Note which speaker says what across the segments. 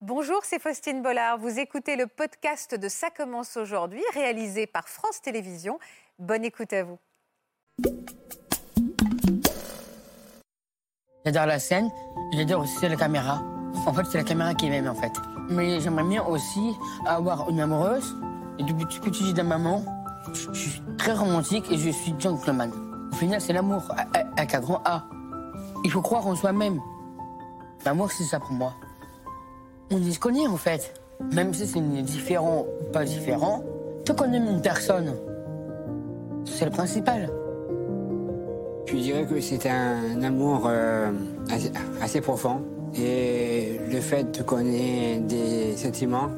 Speaker 1: Bonjour, c'est Faustine Bollard. Vous écoutez le podcast de Ça commence aujourd'hui, réalisé par France Télévisions. Bonne écoute à vous.
Speaker 2: J'adore la scène, j'adore aussi la caméra. En fait, c'est la caméra qui m'aime, en fait. Mais j'aimerais bien aussi avoir une amoureuse. Et depuis tout petit, j'ai de la maman. Je je suis très romantique et je suis gentleman. Au final, c'est l'amour, a- a- avec un grand A. Il faut croire en soi-même. L'amour, c'est ça pour moi. On se connaît, en fait. Même si c'est une- différent ou pas différent, tant qu'on aime une personne, c'est le principal.
Speaker 3: Je dirais que c'est un amour euh, assez, assez profond. Et le fait qu'on ait des sentiments,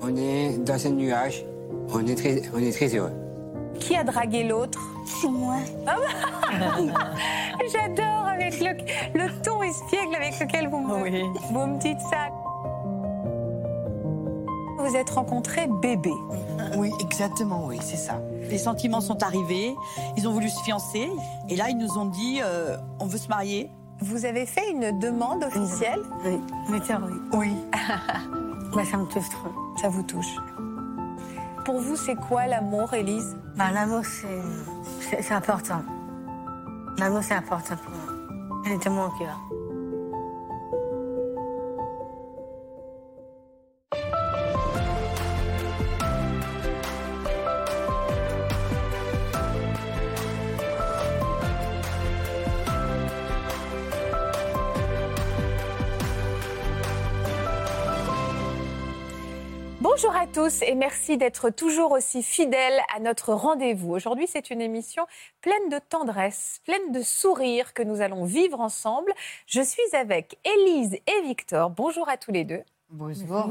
Speaker 3: on est dans un nuage, on est très, on est très heureux.
Speaker 4: Qui a dragué l'autre
Speaker 5: C'est moi.
Speaker 1: Ah bah J'adore avec le, le ton espiègle avec lequel vous me,
Speaker 4: Oui.
Speaker 1: vous me dites ça.
Speaker 4: Vous êtes rencontrés bébé.
Speaker 6: Oui, exactement, oui, c'est ça.
Speaker 4: Les sentiments sont arrivés, ils ont voulu se fiancer, et là ils nous ont dit euh, on veut se marier.
Speaker 1: Vous avez fait une demande officielle
Speaker 5: Oui, mais tiens, oui.
Speaker 6: Oui.
Speaker 5: Moi, ça me touche trop.
Speaker 1: Ça vous touche. Pour vous, c'est quoi l'amour, Élise
Speaker 5: Bah, l'amour, c'est, c'est, c'est important. L'amour, c'est important pour moi. Elle est de mon cœur.
Speaker 1: Bonjour à tous et merci d'être toujours aussi fidèles à notre rendez-vous. Aujourd'hui, c'est une émission pleine de tendresse, pleine de sourires que nous allons vivre ensemble. Je suis avec Élise et Victor. Bonjour à tous les deux.
Speaker 6: Bonjour.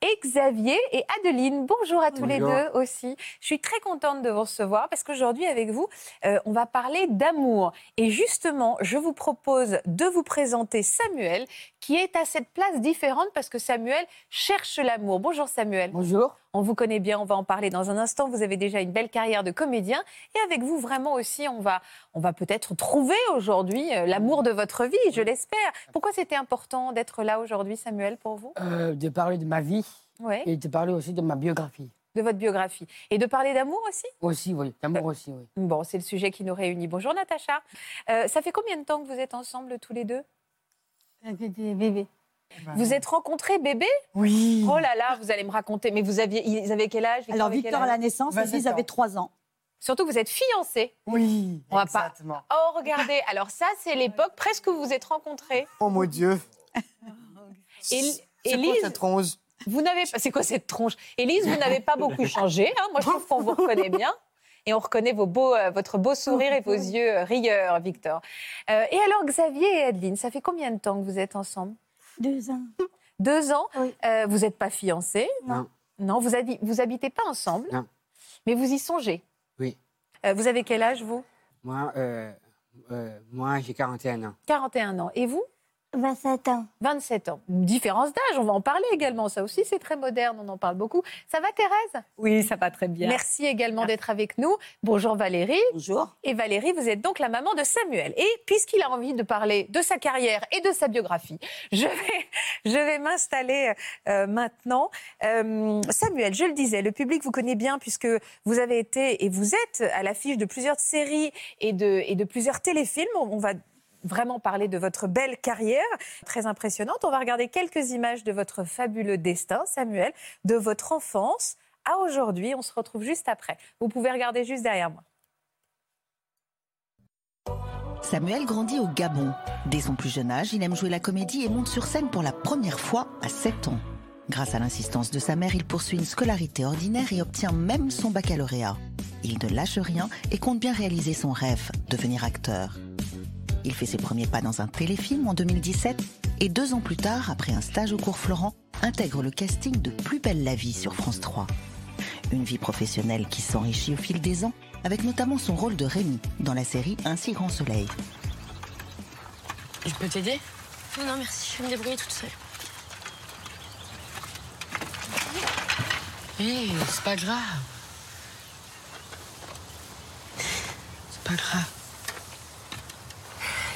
Speaker 1: et Xavier et Adeline. Bonjour à tous les
Speaker 3: Bonjour.
Speaker 1: deux aussi. Je suis très contente de vous recevoir parce qu'aujourd'hui avec vous, euh, on va parler d'amour. Et justement, je vous propose de vous présenter Samuel qui est à cette place différente parce que Samuel cherche l'amour. Bonjour Samuel.
Speaker 2: Bonjour.
Speaker 1: On vous connaît bien, on va en parler dans un instant. Vous avez déjà une belle carrière de comédien et avec vous vraiment aussi, on va, on va peut-être trouver aujourd'hui euh, l'amour de votre vie, je l'espère. Pourquoi c'était important d'être là aujourd'hui Samuel pour vous
Speaker 2: Euh, de parler de ma vie
Speaker 1: Ouais.
Speaker 2: et de parler aussi de ma biographie.
Speaker 1: de votre biographie et de parler d'amour aussi.
Speaker 2: Aussi, oui. D'amour aussi, oui.
Speaker 1: Bon, c'est le sujet qui nous réunit. Bonjour Natacha. Euh, ça fait combien de temps que vous êtes ensemble tous les deux
Speaker 4: Euh,
Speaker 5: Elle était des bébés.
Speaker 1: Vous êtes rencontrés bébé
Speaker 6: Oui.
Speaker 1: Oh là là, vous allez me raconter. Mais vous aviez, ils avaient quel âge
Speaker 4: Alors
Speaker 1: avait quel
Speaker 4: Victor à
Speaker 1: âge
Speaker 4: la naissance,
Speaker 6: 27
Speaker 4: Elise
Speaker 6: ans.
Speaker 4: avait 3 ans.
Speaker 1: Surtout que vous êtes fiancés.
Speaker 6: Oui.
Speaker 1: On va pas-
Speaker 6: exactement.
Speaker 1: Oh regardez, alors ça c'est l'époque presque où vous vous êtes rencontrés.
Speaker 6: Oh mon Dieu.
Speaker 1: Él-
Speaker 6: C'est quoi
Speaker 1: Élise,
Speaker 6: cette tronche
Speaker 1: vous n'avez pas. C'est quoi cette tronche Élise, vous n'avez pas beaucoup changé. hein. Moi je trouve qu'on vous reconnaît bien. Et on reconnaît vos beaux, euh, votre beau sourire et vos yeux euh, rieurs, Victor. Euh, et alors, Xavier et Adeline, ça fait combien de temps que vous êtes ensemble
Speaker 5: Deux ans.
Speaker 1: deux ans.
Speaker 5: Oui.
Speaker 1: Euh, vous n'êtes pas fiancés.
Speaker 3: Non.
Speaker 1: Non, vous, habi- vous habitez pas ensemble.
Speaker 3: Non.
Speaker 1: Mais vous y songez.
Speaker 3: Oui.
Speaker 1: Euh, vous avez quel âge, vous
Speaker 3: Moi, euh, euh, moi j'ai 41 ans.
Speaker 1: 41 ans. Et vous
Speaker 5: 27 ans.
Speaker 1: 27 ans. Différence d'âge, on va en parler également. Ça aussi, c'est très moderne, on en parle beaucoup. Ça va, Thérèse
Speaker 7: Oui, ça va très bien.
Speaker 1: Merci également d'être avec nous. Bonjour, Valérie.
Speaker 4: Bonjour.
Speaker 1: Et Valérie, vous êtes donc la maman de Samuel. Et puisqu'il a envie de parler de sa carrière et de sa biographie, je vais, je vais m'installer euh, maintenant. Euh, Samuel, je le disais, le public vous connaît bien puisque vous avez été et vous êtes à l'affiche de plusieurs séries et de, et de plusieurs téléfilms. On, on va vraiment parler de votre belle carrière, très impressionnante. On va regarder quelques images de votre fabuleux destin, Samuel, de votre enfance à aujourd'hui. On se retrouve juste après. Vous pouvez regarder juste derrière moi.
Speaker 8: Samuel grandit au Gabon. Dès son plus jeune âge, il aime jouer la comédie et monte sur scène pour la première fois à 7 ans. Grâce à l'insistance de sa mère, il poursuit une scolarité ordinaire et obtient même son baccalauréat. Il ne lâche rien et compte bien réaliser son rêve, devenir acteur. Il fait ses premiers pas dans un téléfilm en 2017 et deux ans plus tard, après un stage au cours Florent, intègre le casting de Plus belle la vie sur France 3. Une vie professionnelle qui s'enrichit au fil des ans, avec notamment son rôle de Rémi dans la série Un si grand soleil.
Speaker 2: Je peux t'aider
Speaker 9: Non, non, merci, je vais me débrouiller toute seule.
Speaker 2: Hé, c'est pas grave. C'est pas grave.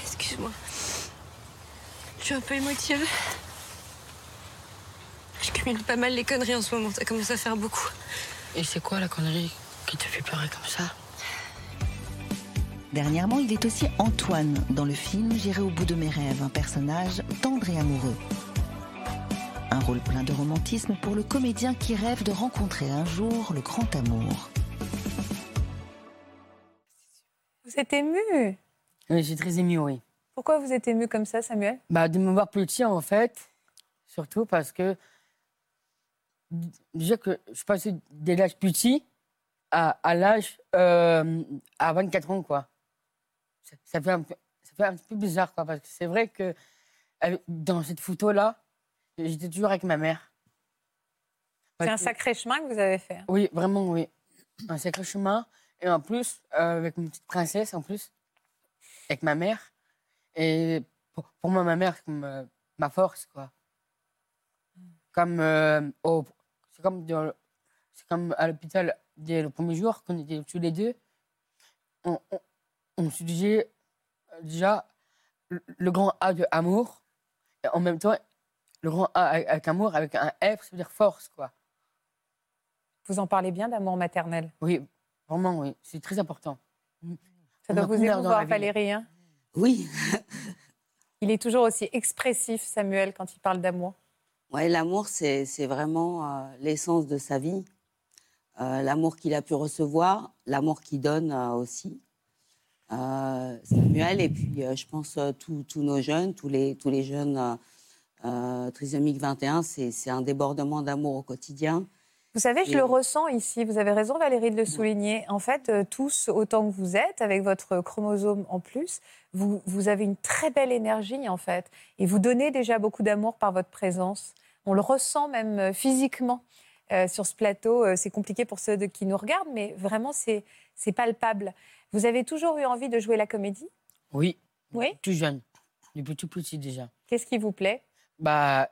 Speaker 9: Excuse-moi. Je suis un peu émotive. cumules pas mal les conneries en ce moment, ça commence à faire beaucoup.
Speaker 2: Et c'est quoi la connerie qui te fait pleurer comme ça
Speaker 8: Dernièrement, il est aussi Antoine dans le film J'irai au bout de mes rêves, un personnage tendre et amoureux. Un rôle plein de romantisme pour le comédien qui rêve de rencontrer un jour le grand amour.
Speaker 1: Vous êtes ému.
Speaker 2: Oui, j'ai très ému, oui.
Speaker 1: Pourquoi vous êtes ému comme ça, Samuel
Speaker 2: Bah, de me voir petit, en fait, surtout parce que. Déjà que je suis passé dès l'âge petit à, à l'âge. euh, à 24 ans, quoi. Ça, ça fait un, peu- ça fait un petit peu bizarre, quoi, parce que c'est vrai que avec- dans cette photo-là, j'étais toujours avec ma mère.
Speaker 1: C'est un
Speaker 2: Parce que-
Speaker 1: sacré chemin que vous avez fait. hein.
Speaker 2: Oui, vraiment, oui. Un sacré chemin. Et en plus, euh, avec une petite princesse, en plus, avec ma mère. Et pour, pour moi, ma mère, c'est comme euh, ma force, quoi. Comme, euh, au- c'est comme, dans le- c'est comme à l'hôpital, dès le premier jour, qu'on était tous les deux, on, on, on se disait euh, déjà le, le grand A de amour, et en même temps, le grand A avec, avec amour, avec un F, ça veut dire force, quoi.
Speaker 1: Vous en parlez bien d'amour maternel.
Speaker 2: Oui, vraiment, oui. C'est très important.
Speaker 1: Ça
Speaker 2: On
Speaker 1: doit
Speaker 2: a
Speaker 1: vous
Speaker 2: combien dans la
Speaker 1: émouvoir,
Speaker 2: vie
Speaker 1: Valérie. hein
Speaker 7: Oui,
Speaker 1: il est toujours aussi expressif, Samuel, quand il parle d'amour.
Speaker 7: ouais, l'amour, c'est c'est vraiment euh, l'essence de sa vie. Euh, l'amour qu'il a pu recevoir, l'amour qu'il donne euh, aussi. Euh, Samuel, et puis euh, je pense euh, tous tous nos jeunes, tous les, tous les jeunes euh, euh, trisomiques 21, c'est c'est un débordement d'amour au quotidien.
Speaker 1: Vous savez, je
Speaker 7: Et-
Speaker 1: le ressens ici. Vous avez raison, Valérie, de le souligner. En fait, euh, tous, autant que vous êtes, avec votre chromosome en plus, vous, vous avez une très belle énergie, en fait. Et vous donnez déjà beaucoup d'amour par votre présence. On le ressent même euh, physiquement. Euh, sur ce plateau, euh, c'est compliqué pour ceux de- qui nous regardent, mais vraiment, c'est c'est palpable. Vous avez toujours eu envie de jouer la comédie
Speaker 2: Oui,
Speaker 1: Oui
Speaker 2: tout jeune, depuis tout petit déjà.
Speaker 1: Qu'est-ce qui vous plaît
Speaker 2: Bah,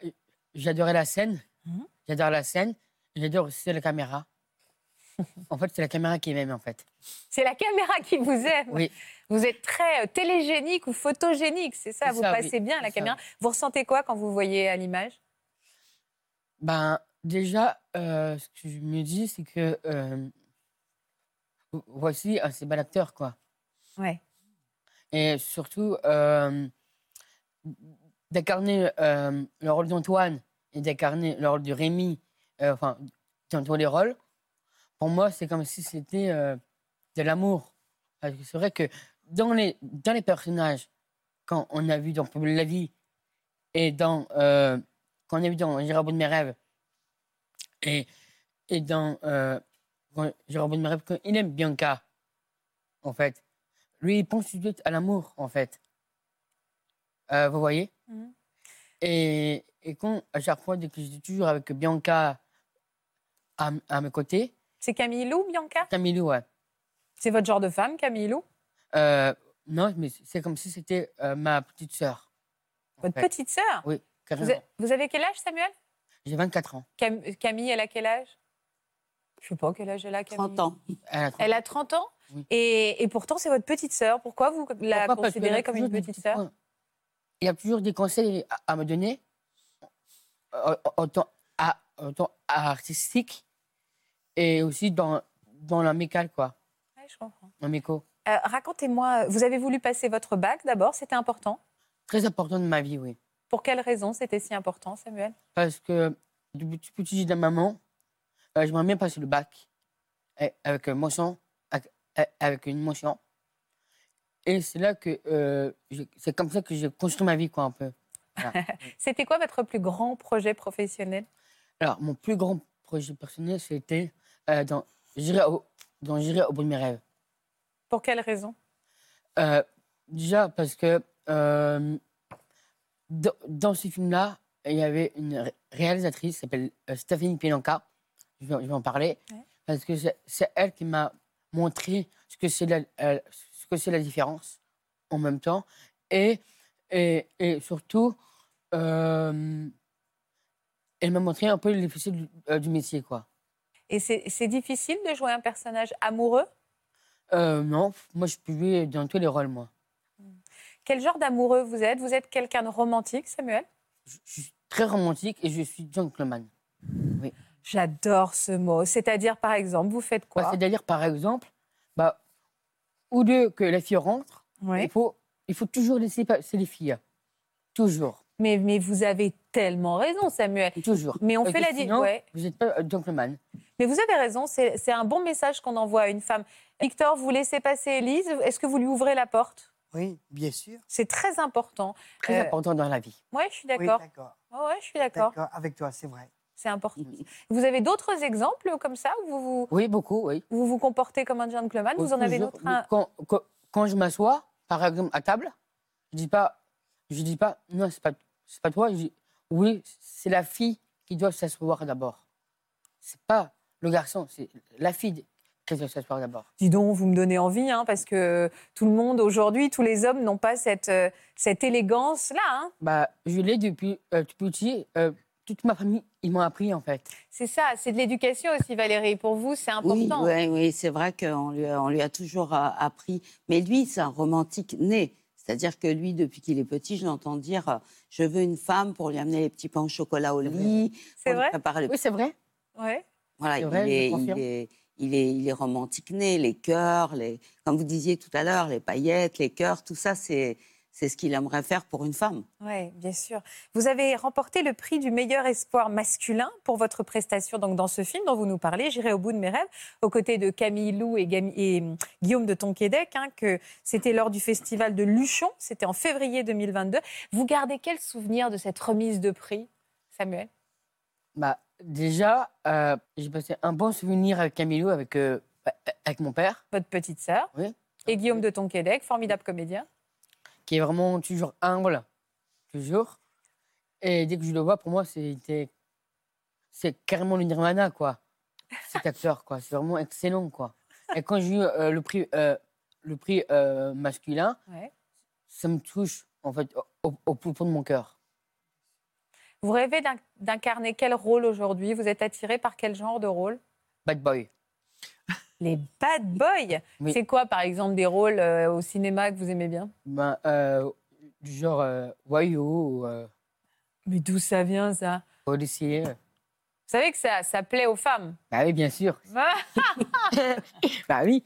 Speaker 2: j'adorais la scène.
Speaker 1: Mhm.
Speaker 2: J'adore la scène. J'adore aussi la caméra. en fait, c'est la caméra qui m'aime, en fait.
Speaker 1: C'est la caméra qui vous aime.
Speaker 2: Oui.
Speaker 1: Vous êtes très euh, télégénique ou photogénique, c'est ça
Speaker 2: C'est
Speaker 1: Vous
Speaker 2: ça,
Speaker 1: passez
Speaker 2: oui,
Speaker 1: bien à la
Speaker 2: c'est ça.
Speaker 1: caméra. Vous ressentez quoi quand vous voyez à l'image
Speaker 2: Ben, déjà, euh, ce que je me dis, c'est que euh, vo- voici un c'est bel acteur, quoi.
Speaker 1: Ouais.
Speaker 2: Et surtout, euh, d'incarner euh, le rôle d'Antoine et d'incarner le rôle de Rémi, euh, enfin, dans tous les rôles, pour moi, c'est comme si c'était euh, de l'amour. Parce que c'est vrai que dans les, dans les personnages, quand on a vu dans Pour la vie et dans. euh, quand on a vu dans J'irai au bout de mes rêves et, et dans. Euh, quand J'irai au bout de mes rêves, quand il aime Bianca, en fait lui, il pense tout de suite à l'amour, en fait. Euh, vous voyez
Speaker 1: Mhm.
Speaker 2: et, et quand, à chaque fois, dès que j'étais toujours avec Bianca à, m- à mes côtés,
Speaker 1: C'est Camille Lou, Bianca
Speaker 2: Camilo, ouais.
Speaker 1: C'est votre genre de femme, Camille Lou
Speaker 2: Euh, non, mais c'est comme si c'était euh, ma petite sœur. en
Speaker 1: Votre
Speaker 2: fait.
Speaker 1: petite sœur
Speaker 2: Oui,
Speaker 1: vous,
Speaker 2: carrément.
Speaker 1: a- vous avez quel âge, Samuel
Speaker 2: J'ai 24 ans.
Speaker 1: Cam- Camille, elle a quel âge Je sais pas quel âge elle a, Camille.
Speaker 7: 30 ans.
Speaker 2: Elle a 30
Speaker 1: Elle a 30 ans
Speaker 2: Oui.
Speaker 1: et, et pourtant, c'est votre petite sœur. Pourquoi vous la
Speaker 2: Pourquoi Parce qu'elle
Speaker 1: considérez
Speaker 2: a
Speaker 1: comme
Speaker 2: toujours
Speaker 1: une
Speaker 2: des
Speaker 1: petite
Speaker 2: petits
Speaker 1: sœur
Speaker 2: points. Il y a toujours des conseils à, à me donner, euh, autant, à, autant artistique et aussi dans, dans l'amical, quoi.
Speaker 1: Ouais, je comprends.
Speaker 2: L'amico.
Speaker 1: Euh, Racontez-moi, vous avez voulu passer votre bac d'abord, c'était important.
Speaker 2: Très important de ma vie, oui.
Speaker 1: Pour quelle raison c'était si important, Samuel
Speaker 2: Parce que depuis tout petit, j'ai dit à maman, euh, j'aimerais bien passer le bac eh, avec euh, mention, avec, eh, avec une mention. Et c'est là que euh, j'ai- c'est comme ça que j'ai construit ma vie, quoi, un peu.
Speaker 1: C'était quoi votre plus grand projet professionnel
Speaker 2: Alors, mon plus grand projet personnel, c'était euh, dans J'irai au, dans J'irai au bout de mes rêves.
Speaker 1: Pour quelle raison
Speaker 2: Euh, déjà parce que euh, dans, dans ce film-là, il y avait une ré- réalisatrice qui s'appelle euh, Stéphanie Pilanka. Je vais, je vais en parler.
Speaker 1: Ouais.
Speaker 2: Parce que c'est c'est elle qui m'a montré ce que c'est la, euh, ce que c'est la différence en même temps. Et, et, et surtout, euh, elle m'a montré un peu les difficultés du, euh, du métier. Quoi.
Speaker 1: Et c'est c'est difficile de jouer un personnage amoureux
Speaker 2: Euh, non, moi je pouvais dans tous les rôles, moi.
Speaker 1: Quel genre d'amoureux vous êtes Vous êtes quelqu'un de romantique, Samuel
Speaker 2: Je, je suis très romantique et je suis gentleman. Oui.
Speaker 1: J'adore ce mot. C'est-à-dire, par exemple, vous faites
Speaker 2: Bah,
Speaker 1: quoi
Speaker 2: C'est-à-dire, par exemple, bah, au lieu que la fille rentre,
Speaker 1: Oui.
Speaker 2: il, faut, il faut toujours laisser passer les filles. Toujours.
Speaker 1: mais, mais vous avez tellement raison, Samuel.
Speaker 2: Toujours.
Speaker 1: Mais on
Speaker 2: Parce
Speaker 1: fait
Speaker 2: que
Speaker 1: la di-
Speaker 2: sinon,
Speaker 1: ouais.
Speaker 2: Vous n'êtes pas euh, gentleman.
Speaker 1: Mais vous avez raison, c'est c'est un bon message qu'on envoie à une femme. Victor, vous laissez passer Elise, est-ce que vous lui ouvrez la porte
Speaker 6: Oui, bien sûr.
Speaker 1: C'est très important.
Speaker 2: Très
Speaker 1: Euh,
Speaker 2: important dans la vie.
Speaker 1: Ouais, je suis
Speaker 6: Oui,
Speaker 1: d'accord.
Speaker 6: d'accord.
Speaker 1: Ouais, ouais, je suis d'accord.
Speaker 6: D'accord, avec toi, c'est vrai.
Speaker 1: C'est important. Vous avez d'autres exemples comme ça où vous vous,
Speaker 2: Oui, beaucoup, oui.
Speaker 1: vous vous comportez comme un gentleman Ah, Vous en avez
Speaker 2: Toujours.
Speaker 1: d'autres hein un-
Speaker 2: Quand, quand- quand je m'assois, par exemple, à table, je dis pas, je dis pas, non, c'est pas, c'est pas toi. Je dis, oui, c'est la fille qui doit s'asseoir d'abord. C'est pas le garçon, c'est la fille qui doit s'asseoir d'abord.
Speaker 1: Dis donc, vous me donnez envie, hein, parce que tout le monde aujourd'hui, tous les hommes n'ont pas cette, euh, cette élégance-là. hein.
Speaker 2: Bah, je l'ai depuis euh, tout petit. euh, toute ma famille, ils m'ont appris en fait.
Speaker 1: C'est ça, c'est de l'éducation aussi, Valérie. Pour vous, c'est
Speaker 7: Oui,
Speaker 1: important.
Speaker 7: ouais, oui, c'est vrai qu'on lui, a- on lui a toujours euh, appris. Mais lui, c'est un romantique né. C'est-à-dire que lui, depuis qu'il est petit, je l'entends dire euh, Je veux une femme pour lui amener les petits pains au chocolat au lit.
Speaker 1: C'est
Speaker 7: pour lui
Speaker 1: vrai
Speaker 7: préparer le-
Speaker 2: Oui, c'est vrai.
Speaker 1: Ouais.
Speaker 7: Voilà,
Speaker 2: c'est
Speaker 7: il,
Speaker 2: vrai, je
Speaker 7: est, il,
Speaker 2: confirme.
Speaker 7: est, il, est, il est romantique né. Les cœurs, les, comme vous disiez tout à l'heure, les paillettes, les cœurs, tout ça, c'est c'est ce qu'il aimerait faire pour une femme.
Speaker 1: Oui, bien sûr. Vous avez remporté le prix du meilleur espoir masculin pour votre prestation donc, dans ce film dont vous nous parlez, J'irai au bout de mes rêves, aux côtés de Camille Lou et, Gami- et, hum, Guillaume de Tonquédec, hein, que c'était lors du festival de Luchon, c'était en février 2022. Vous gardez quel souvenir de cette remise de prix, Samuel
Speaker 2: Bah, déjà, euh, j'ai passé un bon souvenir avec Camilo, avec, euh, avec mon père,
Speaker 1: Votre petite sœur
Speaker 2: Oui.
Speaker 1: et Guillaume de Tonquédec, formidable comédien.
Speaker 2: qui est vraiment toujours humble, toujours. Et dès que je le vois, pour moi, c'était. C'est carrément le Nirvana, quoi. Cet acteur, quoi. C'est vraiment excellent, quoi. Et quand j'ai eu euh, le prix, euh, le prix euh, masculin,
Speaker 1: Ouais.
Speaker 2: ça me touche, en fait, au, au, au fond de mon cœur.
Speaker 1: Vous rêvez d'in- d'incarner quel rôle aujourd'hui Vous êtes attiré par quel genre de rôle
Speaker 2: Bad boy.
Speaker 1: Les bad boys
Speaker 2: Oui.
Speaker 1: C'est quoi, par exemple, des rôles euh, au cinéma que vous aimez bien
Speaker 2: Ben, euh, du genre euh, Wayo, ou, euh,
Speaker 1: Mais d'où ça vient, ça
Speaker 2: policier.
Speaker 1: Vous savez que ça, ça plaît aux femmes.
Speaker 2: Bah oui, bien sûr.
Speaker 1: Ah,
Speaker 2: Bah oui.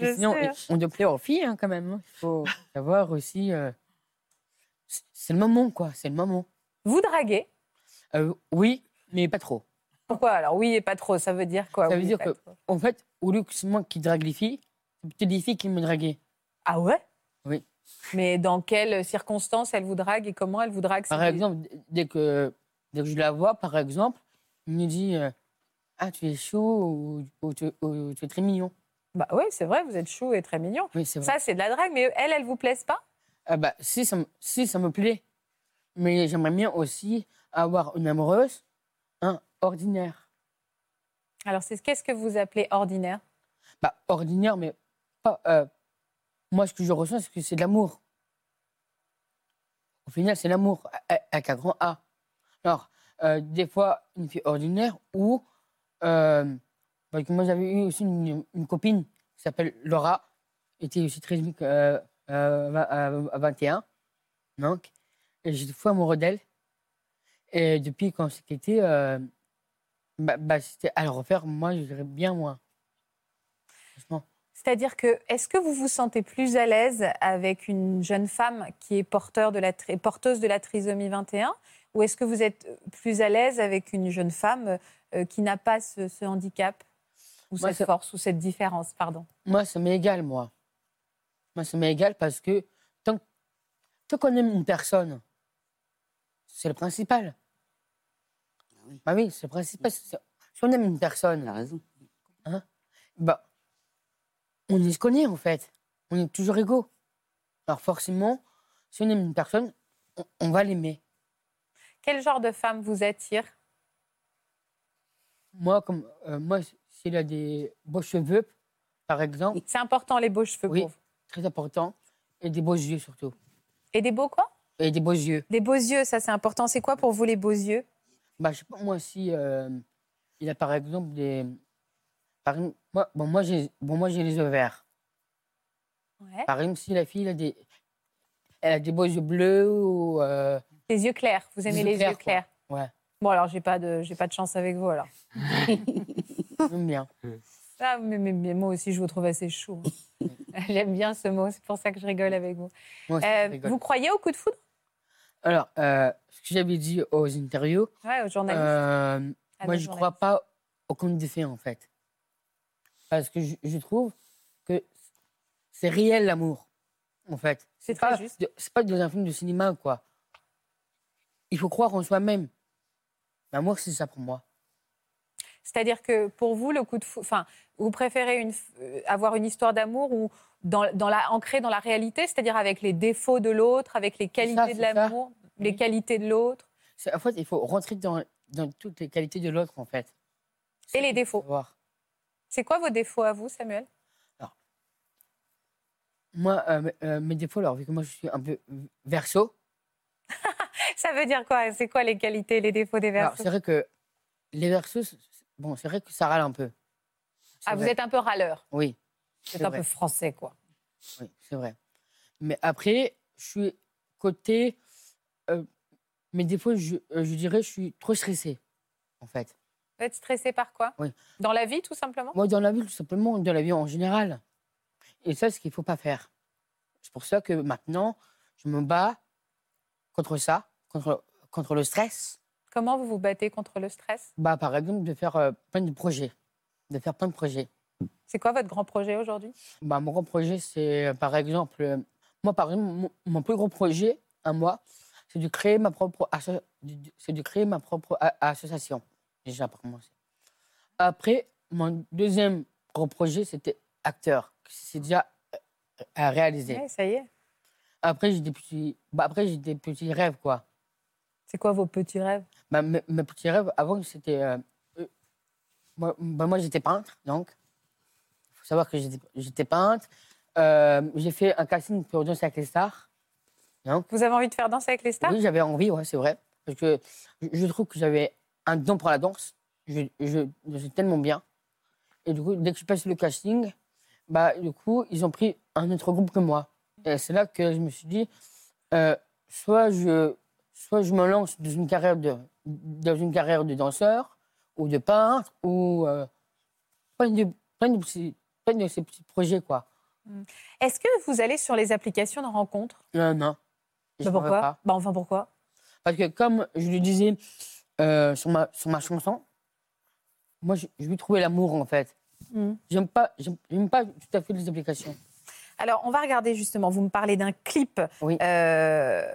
Speaker 1: je
Speaker 2: Sinon,
Speaker 1: sais.
Speaker 2: on doit plaire aux filles, hein, quand même. hein. Il faut savoir aussi. euh, c- C'est le moment, quoi. C'est le moment.
Speaker 1: Vous draguez
Speaker 2: Euh, oui, mais pas trop.
Speaker 1: Pourquoi Alors, oui et pas trop, ça veut dire quoi
Speaker 2: Ça veut
Speaker 1: oui et
Speaker 2: dire
Speaker 1: pas
Speaker 2: que-
Speaker 1: trop
Speaker 2: En fait, au lieu que c'est moi qui drague les filles, c'est plutôt les filles qui me draguaient.
Speaker 1: Ah ouais
Speaker 2: Oui.
Speaker 1: Mais dans quelles circonstances elle vous drague et comment elle vous drague
Speaker 2: Par
Speaker 1: c'est-
Speaker 2: exemple, d- dès que, dès que je la vois, par exemple, elle me dit euh, Ah, tu es chaud ou, ou tu, ou tu es très mignon.
Speaker 1: Bah oui, c'est vrai, vous êtes chou et très mignon.
Speaker 2: Oui, c'est vrai.
Speaker 1: Ça, c'est de la drague, mais elle, elle vous plaise pas
Speaker 2: Ah bah, si, ça me, si, ça me plaît. Mais j'aimerais bien aussi avoir une amoureuse, un ordinaire.
Speaker 1: Alors, c'est qu'est-ce que vous appelez ordinaire
Speaker 2: Bah, ordinaire, mais pas. euh, moi, ce que je ressens, c'est que c'est de l'amour. Au final, c'est l'amour, a- a- avec un grand A. Alors, euh, des fois, une fille ordinaire ou. euh, parce que moi, j'avais eu aussi une, une copine qui s'appelle Laura, était aussi très euh, euh, vingt- euh, à 21. Donc, et j'étais fou amoureux d'elle. Et depuis quand s'est quitté, euh, bah, bah, c'était à le refaire, moi, je dirais bien moins. Franchement.
Speaker 1: C'est-à-dire que, est-ce que vous vous sentez plus à l'aise avec une jeune femme qui est porteur de la tri- porteuse de la trisomie 21 ou est-ce que vous êtes euh, plus à l'aise avec une jeune femme euh, qui n'a pas ce, ce handicap ou
Speaker 2: Moi,
Speaker 1: cette
Speaker 2: ça-
Speaker 1: force ou cette différence, pardon
Speaker 2: Moi, ça m'est égal, moi. Moi, ça m'est égal parce que tant, tant qu'on aime une personne, c'est le principal.
Speaker 7: Ah oui.
Speaker 2: Bah oui, c'est le principal. c'est- Si on aime une
Speaker 7: Il a
Speaker 2: personne,
Speaker 7: raison.
Speaker 2: bah, on est ce qu'on est, en fait. On est toujours égaux. Alors forcément, si on aime une personne, on, on va l'aimer.
Speaker 1: Quel genre de femme vous attire
Speaker 2: Moi, comme euh, moi, s'il a des beaux cheveux, par exemple,
Speaker 1: C'est important les beaux cheveux
Speaker 2: Oui.
Speaker 1: pour vous.
Speaker 2: très important, et des beaux yeux surtout.
Speaker 1: Et des beaux quoi
Speaker 2: Et des beaux yeux.
Speaker 1: Des beaux yeux, ça c'est important. C'est quoi pour vous les beaux yeux
Speaker 2: Bah, je sais pas, moi, si euh, il a par exemple des. Par exemple, moi, bon, moi, j'ai bon, moi, j'ai les ovaires.
Speaker 1: Ouais.
Speaker 2: Par exemple, si la fille elle a des, elle a des beaux yeux bleus ou. euh,
Speaker 1: Les yeux clairs, vous
Speaker 2: Des
Speaker 1: aimez
Speaker 2: yeux
Speaker 1: les
Speaker 2: clairs,
Speaker 1: yeux
Speaker 2: quoi.
Speaker 1: clairs
Speaker 2: ouais.
Speaker 1: Bon, alors, j'ai pas, de, j'ai pas de chance avec vous, alors.
Speaker 2: J'aime bien.
Speaker 1: Ah, mais, mais- mais moi aussi, je vous trouve assez chaud. J'aime bien ce mot, c'est pour ça que je rigole avec vous.
Speaker 2: Moi aussi,
Speaker 1: Euh,
Speaker 2: je rigole.
Speaker 1: vous croyez au coup de foudre
Speaker 2: Alors, euh, ce que j'avais dit aux interviews,
Speaker 1: Ouais, aux journalistes.
Speaker 2: euh,
Speaker 1: Ah,
Speaker 2: moi,
Speaker 1: bonne
Speaker 2: je ne crois pas au conte de fées, en fait. Parce que je, je trouve que c'est réel, l'amour, en fait.
Speaker 1: C'est très
Speaker 2: pas
Speaker 1: juste.
Speaker 2: de- C'est pas dans un film de cinéma, quoi. Il faut croire en soi-même. L'amour, c'est ça pour moi.
Speaker 1: C'est-à-dire que pour vous, le coup de foudre, enfin, vous préférez une, f- euh, avoir une histoire d'amour ou dans, dans la, ancrée dans la réalité, c'est-à-dire avec les défauts de l'autre, avec les qualités de
Speaker 2: c'est ça.
Speaker 1: l'amour, les qualités de l'autre
Speaker 2: C'est- En fait, il faut rentrer dans, dans toutes les qualités de l'autre, en fait.
Speaker 1: et les défauts.
Speaker 2: Voir.
Speaker 1: C'est quoi vos défauts à vous, Samuel
Speaker 2: Moi, euh, mes- euh, mes défauts, alors, vu que moi, je suis un peu verso,
Speaker 1: Ça veut dire quoi C'est quoi les qualités et les défauts des
Speaker 2: Alors,
Speaker 1: versos
Speaker 2: c'est vrai que les versus, c'est- bon, c'est vrai que ça râle un peu. C'est
Speaker 1: Ah, vous
Speaker 2: vrai.
Speaker 1: êtes un peu râleur.
Speaker 2: Oui,
Speaker 1: Vous êtes
Speaker 2: C'est
Speaker 1: un
Speaker 2: vrai.
Speaker 1: peu français, quoi.
Speaker 2: oui, c'est vrai. Mais après, je suis côté. euh, mes défauts, je, euh, je dirais, je suis trop stressée, en fait.
Speaker 1: Vous êtes stressé par quoi
Speaker 2: Oui.
Speaker 1: Dans la vie, tout simplement
Speaker 2: Moi, dans la vie, tout simplement, dans la vie en général. Et ça, c'est ce qu'il ne faut pas faire. C'est pour ça que maintenant, je me bats contre ça, contre, contre le stress.
Speaker 1: Comment vous vous battez contre le stress
Speaker 2: Bah, par exemple, de faire euh, plein de projets. De faire plein de projets.
Speaker 1: C'est quoi votre grand projet aujourd'hui
Speaker 2: Bah, mon grand projet, c'est euh, par exemple, euh, moi, par exemple, mon, mon plus gros projet à moi, c'est de créer ma propre, asso- de- de- c'est de créer ma propre a- association. Déjà, pour commencer. Après, mon deuxième gros projet, c'était acteur. que C'est déjà euh, à réaliser.
Speaker 1: Ouais, Ça y est.
Speaker 2: Après, j'ai des petits, bah, après, j'ai des petits rêves, quoi.
Speaker 1: C'est quoi vos petits rêves
Speaker 2: Bah, mes, mes petits rêves, avant, c'était. euh, euh, moi, bah, moi, j'étais peintre, donc. Il faut savoir que j'étais- j'étais peintre. Euh, j'ai fait un casting pour Danse avec les stars.
Speaker 1: Vous avez envie de faire danser avec les stars
Speaker 2: Oui, j'avais envie, ouais, c'est vrai. Parce que je- je trouve que j'avais un don pour la danse. Je, je, je suis tellement bien. Et du coup, dès que je passe le casting, bah, du coup, ils ont pris un autre groupe que moi. Et c'est là que je me suis dit, euh, soit, je, soit je me lance dans une carrière de, dans une carrière de danseur, ou de peintre, ou euh, plein, de, plein, de petits- plein de ces petits projets, quoi.
Speaker 1: Hmm. Est-ce que vous allez sur les applications de rencontres
Speaker 2: Euh, non. Je
Speaker 1: Bah,
Speaker 2: m'en veux
Speaker 1: pourquoi
Speaker 2: pas.
Speaker 1: Bah, Enfin, pourquoi
Speaker 2: Parce que comme je le disais euh, sur, ma, sur ma chanson, moi, je, je veux trouver l'amour, en fait.
Speaker 1: Mm.
Speaker 2: J'aime pas, j'aime- j'aime pas tout à fait les applications.
Speaker 1: Alors, on va regarder justement, vous me parlez d'un clip.
Speaker 2: Oui.
Speaker 1: Euh,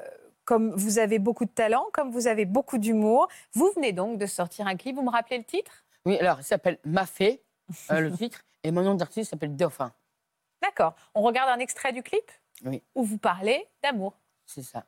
Speaker 1: comme vous avez beaucoup de talent, comme vous avez beaucoup d'humour, vous venez donc de sortir un clip. Vous me rappelez le titre
Speaker 2: Oui, alors, ça s'appelle Ma Fée, euh, le titre, et mon nom d'artiste s'appelle Dauphin.
Speaker 1: D'accord. On regarde un extrait du clip
Speaker 2: Oui.
Speaker 1: où vous parlez d'amour.
Speaker 2: C'est ça.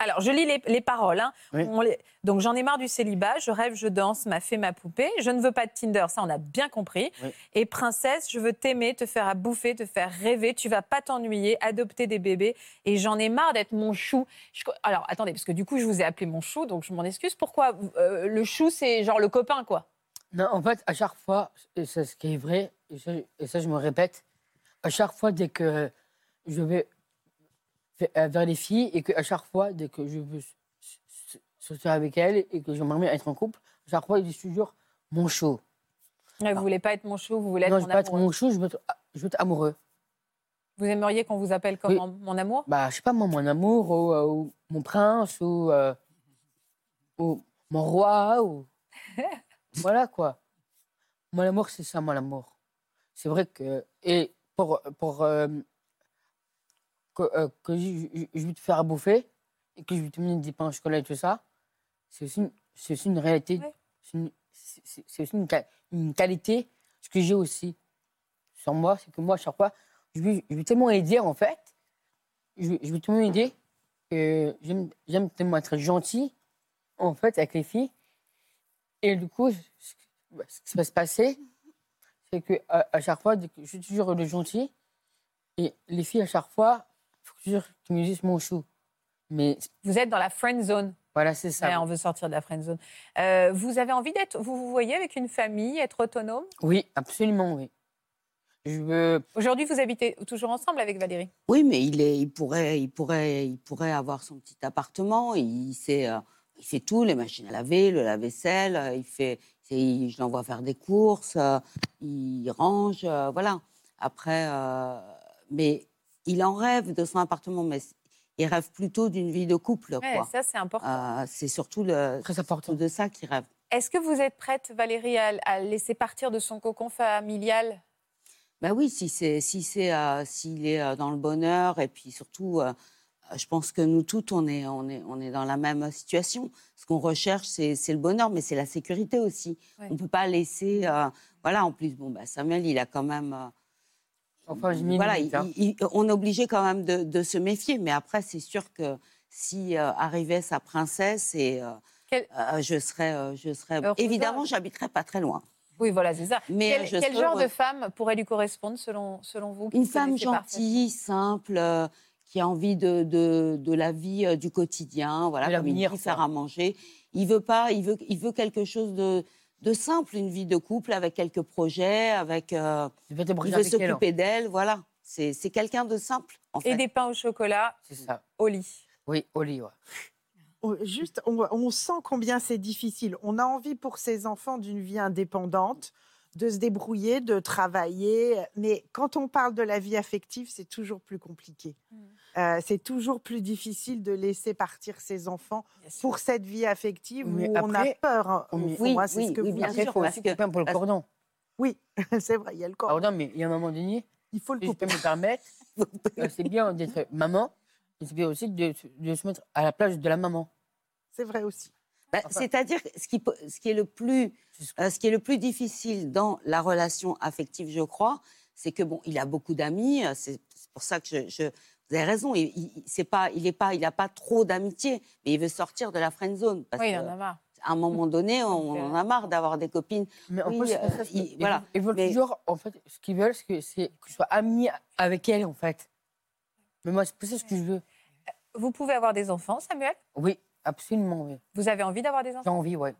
Speaker 1: Alors, je lis les, les paroles. hein.
Speaker 2: Oui.
Speaker 1: On les- Donc, j'en ai marre du célibat. Je rêve, je danse, ma fée, ma poupée. Je ne veux pas de Tinder, ça, on a bien compris.
Speaker 2: Oui.
Speaker 1: Et princesse, je veux t'aimer, te faire à bouffer, te faire rêver. Tu vas pas t'ennuyer, adopter des bébés. Et j'en ai marre d'être mon chou. Je co- Alors, attendez, parce que du coup, je vous ai appelé mon chou, donc je m'en excuse. Pourquoi euh, le chou, c'est genre le copain, quoi
Speaker 2: Non, en fait, à chaque fois, et ça, ce qui est vrai, et ça, et ça, je me répète, à chaque fois, dès que je vais ve- euh, vers les filles, et que à chaque fois, dès que je veux s- s- sortir avec elles, et que j'aimerais bien être en couple, à chaque fois, je suis toujours mon show.
Speaker 1: Ouais, Vous voulez pas être mon chou, vous voulez être
Speaker 2: Non, je
Speaker 1: mon
Speaker 2: veux pas être
Speaker 1: amoureux.
Speaker 2: mon chou, je veux être, je veux être amoureux.
Speaker 1: Vous aimeriez qu'on vous appelle comment Mon amour
Speaker 2: Bah, je sais pas, moi, mon amour, ou, euh, ou mon prince, ou, euh, ou mon roi, ou. voilà, quoi. Mon amour, c'est ça, mon amour. C'est vrai que. Et pour. pour euh, que, euh, que je, je- je vais te faire à bouffer, et que je vais te donner des pains au chocolat et tout ça, c'est aussi, une- c'est aussi une réalité.
Speaker 1: Ouais.
Speaker 2: C'est une- c'est- c'est- c'est aussi une, qua- une qualité. Ce que j'ai aussi sur moi, c'est que moi, à chaque fois, je vais, je vais tellement aider, en fait. Je, vais- je vais tellement aider que j'aime j'aime tellement être gentil, en fait, avec les filles. Et du coup, ce ce qui va se passer, c'est que à, à chaque fois, dès que je suis toujours le gentil. Et les filles, à chaque fois, il faut toujours qu'ils me disent mon chou. Mais
Speaker 1: Vous êtes dans la friend zone.
Speaker 2: voilà, c'est ça.
Speaker 1: Ouais, on veut sortir de la friend zone. Euh, vous avez envie d'être, vous vous voyez avec une famille, être autonome.
Speaker 2: Oui, absolument, oui. Je veux.
Speaker 1: Aujourd'hui, vous habitez toujours ensemble avec Valérie.
Speaker 7: Oui, mais il, est, il, pourrait, il, pourrait, il pourrait avoir son petit appartement. Il, sait, euh, il fait tout, les machines à laver, le lave-vaisselle. euh, Il fait, c'est- il- je l'envoie faire des courses. euh, il range, euh, voilà. Après, euh, mais il en rêve de son appartement, mais c- il rêve plutôt d'une vie de couple.
Speaker 1: Ouais,
Speaker 7: quoi.
Speaker 1: ça, c'est important.
Speaker 7: Euh, c'est surtout le,
Speaker 2: Très important.
Speaker 7: de ça qu'il rêve.
Speaker 1: Est-ce que vous êtes prête, Valérie, à, à laisser partir de son cocon familial
Speaker 7: Ben oui, si c'est si c'est euh, s'il est euh, dans le bonheur et puis surtout, euh, je pense que nous toutes on est on est on est dans la même euh, situation. Ce qu'on recherche c'est c'est le bonheur, mais c'est la sécurité aussi.
Speaker 1: Ouais.
Speaker 7: On peut pas laisser euh, voilà en plus bon ben Samuel il a quand même euh,
Speaker 2: Enfin, je m'y
Speaker 7: voilà
Speaker 2: limite,
Speaker 7: il-
Speaker 2: hein.
Speaker 7: il- on est obligé quand même de, de se méfier. Mais après c'est sûr que si euh, arrivait sa princesse et euh,
Speaker 1: Quel-
Speaker 7: euh, je serais euh, je serais
Speaker 1: Heureuse.
Speaker 7: évidemment j'habiterais pas très loin.
Speaker 1: Oui, voilà, c'est ça.
Speaker 7: Mais euh,
Speaker 1: quel
Speaker 7: je
Speaker 1: quel
Speaker 7: serais
Speaker 1: genre de
Speaker 7: heureuse.
Speaker 1: femme pourrait lui correspondre selon, selon vous qui
Speaker 7: Une femme
Speaker 1: connaissez parfaitement
Speaker 7: gentille, simple, euh, qui a envie de, de, de la vie euh, du quotidien,
Speaker 2: De
Speaker 7: voilà, comme il
Speaker 2: l'avenir,
Speaker 7: dit,
Speaker 2: quoi.
Speaker 7: faire à manger. Il veut pas, il veut, il veut quelque chose de, de simple, une vie de couple avec quelques projets, avec. euh,
Speaker 2: Je vais te
Speaker 7: il
Speaker 2: briser
Speaker 7: veut
Speaker 2: avec elle, hein.
Speaker 7: s'occuper d'elle, voilà. C'est c'est quelqu'un de simple, en fait.
Speaker 1: Et des pains au chocolat
Speaker 2: C'est ça.
Speaker 1: au lit.
Speaker 2: Oui, Oli, ouais.
Speaker 10: On- Oh, Juste, on, on sent combien c'est difficile. On a envie pour ses enfants d'une vie indépendante, de se débrouiller, de travailler. Mais quand on parle de la vie affective, c'est toujours plus compliqué. Euh, c'est toujours plus difficile de laisser partir ses enfants pour cette vie affective
Speaker 2: Mais
Speaker 10: où on a
Speaker 2: après,
Speaker 10: peur. hein,
Speaker 2: on
Speaker 10: au
Speaker 2: est-
Speaker 10: fond,
Speaker 7: Oui,
Speaker 10: hein, c'est
Speaker 7: oui,
Speaker 10: ce que
Speaker 7: oui,
Speaker 10: vous
Speaker 7: bien
Speaker 2: Après,
Speaker 10: dites.
Speaker 2: il
Speaker 7: sûr,
Speaker 2: faut
Speaker 7: parce
Speaker 2: aussi
Speaker 7: que-
Speaker 2: couper un peu le
Speaker 7: parce-
Speaker 2: cordon.
Speaker 10: c'est vrai, il y a le corps.
Speaker 2: Pardon, mais il y a un moment donné,
Speaker 10: Il faut le
Speaker 2: si je peux
Speaker 10: couper.
Speaker 2: me permettre, euh, c'est bien d'être maman, mais c'est bien aussi de, de se mettre à la place de la maman.
Speaker 10: C'est vrai aussi.
Speaker 7: Bah,
Speaker 2: Enfin-
Speaker 7: C'est-à-dire que ce qui, peut- ce qui est le plus, euh, ce qui est le plus difficile dans la relation affective, je crois, c'est que bon, il a beaucoup d'amis. euh, C'est c'est pour ça que je, je- vous avez raison. Il, il c'est pas, il est pas, il a pas trop d'amitié, mais il veut sortir de la friend zone parce
Speaker 1: Oui, il
Speaker 7: qu'à
Speaker 1: en a marre. euh,
Speaker 7: un moment donné, on, on en a marre d'avoir des copines.
Speaker 2: Mais en
Speaker 7: Oui,
Speaker 2: plus, c'est pour
Speaker 7: euh,
Speaker 2: ça que-
Speaker 7: il-
Speaker 2: ils-
Speaker 7: voilà,
Speaker 2: ils veulent
Speaker 7: mais-
Speaker 2: toujours, en fait, ce qu'ils veulent, c'est que, c'est que je sois amie avec elle, en fait. Mais moi, c'est pour ça ce que je veux.
Speaker 1: Vous pouvez avoir des enfants, Samuel
Speaker 2: Oui, absolument, oui.
Speaker 1: Vous avez envie d'avoir des
Speaker 2: J'ai
Speaker 1: enfants
Speaker 2: envie, ouais.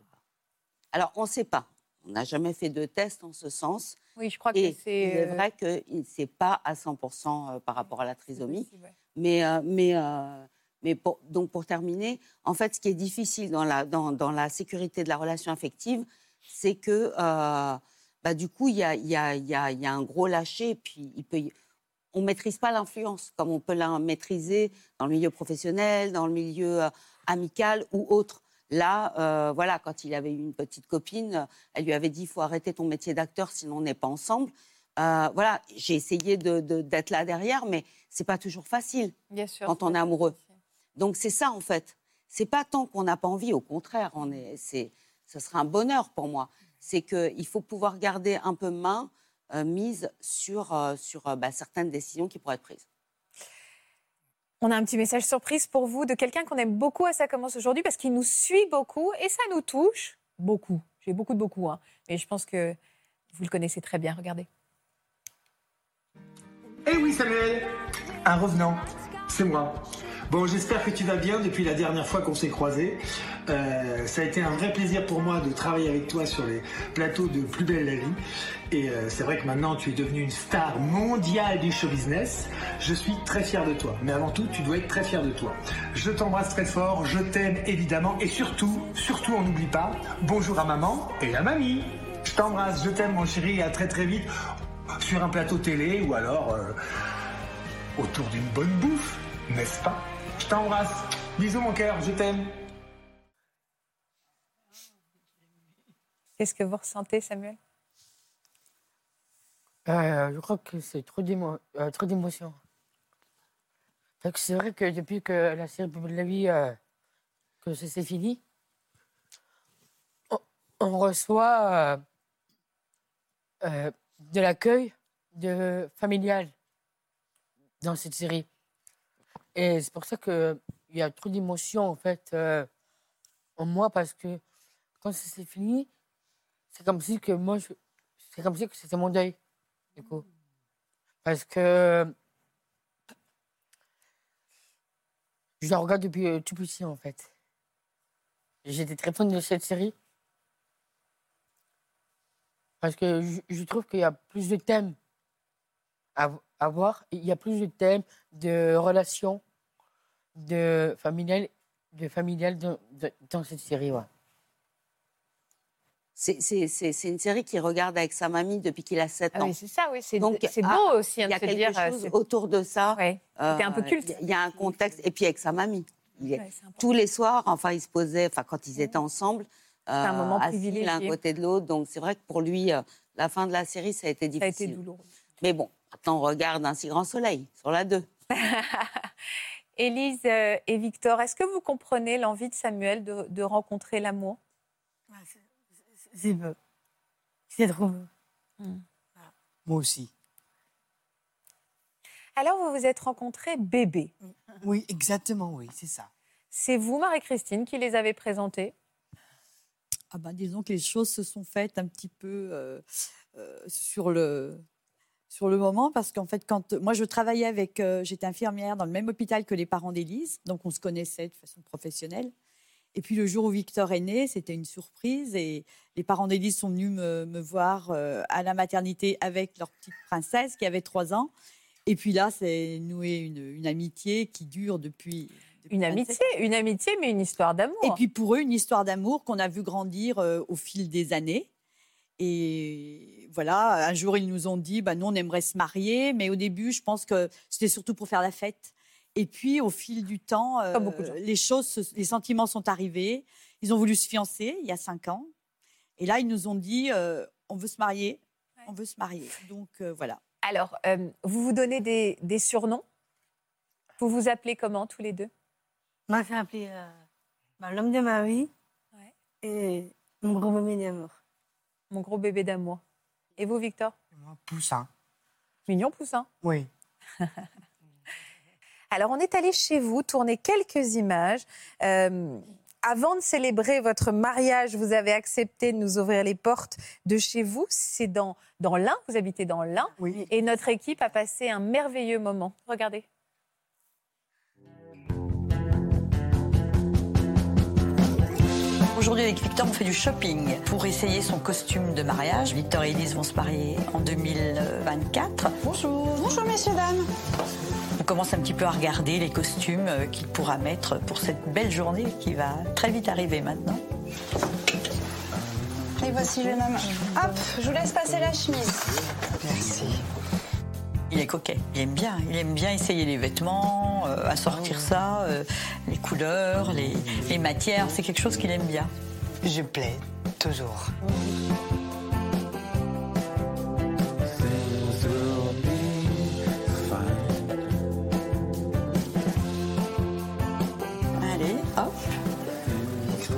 Speaker 7: Alors, on ne sait pas. On n'a jamais fait de test en ce sens.
Speaker 1: Oui, je crois que
Speaker 7: Et il
Speaker 1: c'est.
Speaker 7: est
Speaker 1: euh,
Speaker 7: vrai qu'il ne sait pas à 100% euh, par rapport à la trisomie.
Speaker 1: possible, ouais.
Speaker 7: Mais, euh, mais, euh, mais pour- donc pour terminer, en fait, ce qui est difficile dans la, dans, dans la sécurité de la relation affective, c'est que euh, bah, du coup, il y a, il y, a, il y, a, il y a un gros lâcher, puis il peut y- on ne maîtrise pas l'influence comme on peut la maîtriser dans le milieu professionnel, dans le milieu euh, amical ou autre. Là, euh, voilà, quand il avait eu une petite copine, euh, elle lui avait dit il faut arrêter ton métier d'acteur, sinon on n'est pas ensemble. Euh, voilà, j'ai essayé de- de- d'être là derrière, mais c'est pas toujours facile.
Speaker 1: Bien sûr.
Speaker 7: quand on est amoureux. Donc c'est ça en fait. C'est pas tant qu'on n'a pas envie, au contraire, on est, c'est, ce serait un bonheur pour moi. C'est qu'il faut pouvoir garder un peu main euh, mise sur, euh, sur euh, bah, certaines décisions qui pourraient être prises.
Speaker 1: On a un petit message surprise pour vous de quelqu'un qu'on aime beaucoup à Ça commence aujourd'hui parce qu'il nous suit beaucoup et ça nous touche beaucoup. J'ai beaucoup de beaucoup, hein. mais je pense que vous le connaissez très bien. Regardez.
Speaker 11: Eh oui Samuel Un revenant, c'est moi. Bon, j'espère que tu vas bien depuis la dernière fois qu'on s'est croisés. Euh, ça a été un vrai plaisir pour moi de travailler avec toi sur les plateaux de Plus belle la vie. Et euh, c'est vrai que maintenant tu es devenue une star mondiale du show business. Je suis très fier de toi. Mais avant tout, tu dois être très fier de toi. Je t'embrasse très fort, je t'aime évidemment. Et surtout, surtout, on n'oublie pas, bonjour à maman et à mamie. Je t'embrasse, je t'aime mon chéri et à très très vite sur un plateau télé ou alors euh, autour d'une bonne bouffe, n'est-ce pas Je t'embrasse. Bisous mon cœur, je t'aime.
Speaker 1: Qu'est-ce que vous ressentez, Samuel
Speaker 2: Euh, je crois que c'est trop d'émo- euh, trop d'émotions. Fait que C'est vrai que depuis que la série Plus belle la vie, euh, que ça s'est fini, on reçoit euh, euh, de l'accueil de familial dans cette série. Et c'est pour ça qu'il y a trop d'émotions, en fait, euh, en moi, parce que quand ça s'est fini, c'est comme si que moi, je- c'est comme si que c'était mon deuil, du coup. Parce que je la regarde depuis euh, tout petit, en fait. J'étais très fan de cette série. Parce que je, je trouve qu'il y a plus de thèmes à, à voir. Il y a plus de thèmes de relations, de familiales, de familiales dans, dans- dans cette série. Ouais.
Speaker 7: C'est- C'est c'est- c'est une série qu'il regarde avec sa mamie depuis qu'il a 7
Speaker 1: Ah
Speaker 7: ans.
Speaker 1: oui, c'est ça, oui. C'est
Speaker 7: Donc,
Speaker 1: c'est beau
Speaker 7: ah,
Speaker 1: aussi hein,
Speaker 7: Il y
Speaker 1: de
Speaker 7: a
Speaker 1: se
Speaker 7: quelque
Speaker 1: dire. euh,
Speaker 7: chose
Speaker 1: c'est-
Speaker 7: autour de ça. Euh,
Speaker 1: C'était un peu culte.
Speaker 7: Il y a un contexte. Et puis avec sa mamie. Il est-
Speaker 1: Ouais, c'est
Speaker 7: tous les soirs, enfin, ils se posaient, enfin, quand ils étaient ensemble, euh,
Speaker 1: un moment
Speaker 7: assis
Speaker 1: privilégié.
Speaker 7: l'un côté de l'autre. Donc c'est vrai que pour lui, euh, la fin de la série, ça a
Speaker 1: Ça
Speaker 7: été
Speaker 1: a
Speaker 7: difficile.
Speaker 1: été douloureux.
Speaker 7: Mais bon, maintenant, on regarde Un si grand soleil sur la 2.
Speaker 1: Élise euh, et Victor, est-ce que vous comprenez l'envie de Samuel de, de rencontrer l'amour
Speaker 5: C'est beau. C'est trop beau.
Speaker 1: Hmm.
Speaker 6: Moi aussi.
Speaker 1: Alors, vous vous êtes rencontrés bébé.
Speaker 6: Oui, exactement, oui, c'est ça.
Speaker 1: C'est vous, Marie-Christine, qui les avez présentés.
Speaker 4: Ah ben, disons que les choses se sont faites un petit peu euh, euh, sur le sur le moment parce qu'en fait quand moi je travaillais avec euh, j'étais infirmière dans le même hôpital que les parents d'Élise donc on se connaissait de façon professionnelle et puis le jour où Victor est né c'était une surprise et les parents d'Élise sont venus me, me voir euh, à la maternité avec leur petite princesse qui avait trois ans et puis là c'est noué une, une amitié qui dure depuis, depuis
Speaker 1: Une
Speaker 4: 27
Speaker 1: amitié, une amitié, mais une histoire d'amour.
Speaker 4: et puis pour eux, une histoire d'amour qu'on a vu grandir euh, au fil des années. Et voilà, un jour, ils nous ont dit, bah, nous, on aimerait se marier, mais au début, je pense que c'était surtout pour faire la fête. Et puis, au fil du temps, euh, les choses, se- les sentiments sont arrivés. Ils ont voulu se fiancer il y a cinq ans. Et là, ils nous ont dit, euh, on veut se marier, on veut se marier. Donc euh, voilà.
Speaker 1: Alors, euh, vous vous donnez des, des surnoms Vous vous appelez comment tous les deux
Speaker 5: Moi, j'ai appelé euh, bah, l'homme de ma vie et mon gros bébé d'amour.
Speaker 1: Mon gros bébé d'amour. Et vous, Victor
Speaker 6: Poussin.
Speaker 1: Mignon poussin.
Speaker 6: Oui.
Speaker 1: Alors, on est allé chez vous tourner quelques images. Euh, avant de célébrer votre mariage, vous avez accepté de nous ouvrir les portes de chez vous. C'est dans, dans l'Ain, vous habitez dans l'Ain. Et notre équipe a passé un merveilleux moment. Regardez.
Speaker 4: Aujourd'hui, avec Victor, on fait du shopping pour essayer son costume de mariage. Victor et Elise vont se marier en 2024. Bonjour. Bonjour, messieurs, dames. On commence un petit peu à regarder les costumes euh, qu'il pourra mettre pour cette belle journée qui va très vite arriver maintenant.
Speaker 12: Et voici le homme. Hop, je vous laisse passer la chemise.
Speaker 4: Merci. Il est coquet, il aime bien, il aime bien essayer les vêtements, euh, assortir ça, euh, les couleurs, les, les matières, c'est quelque chose qu'il aime bien.
Speaker 6: Je plais toujours.
Speaker 4: Allez, hop.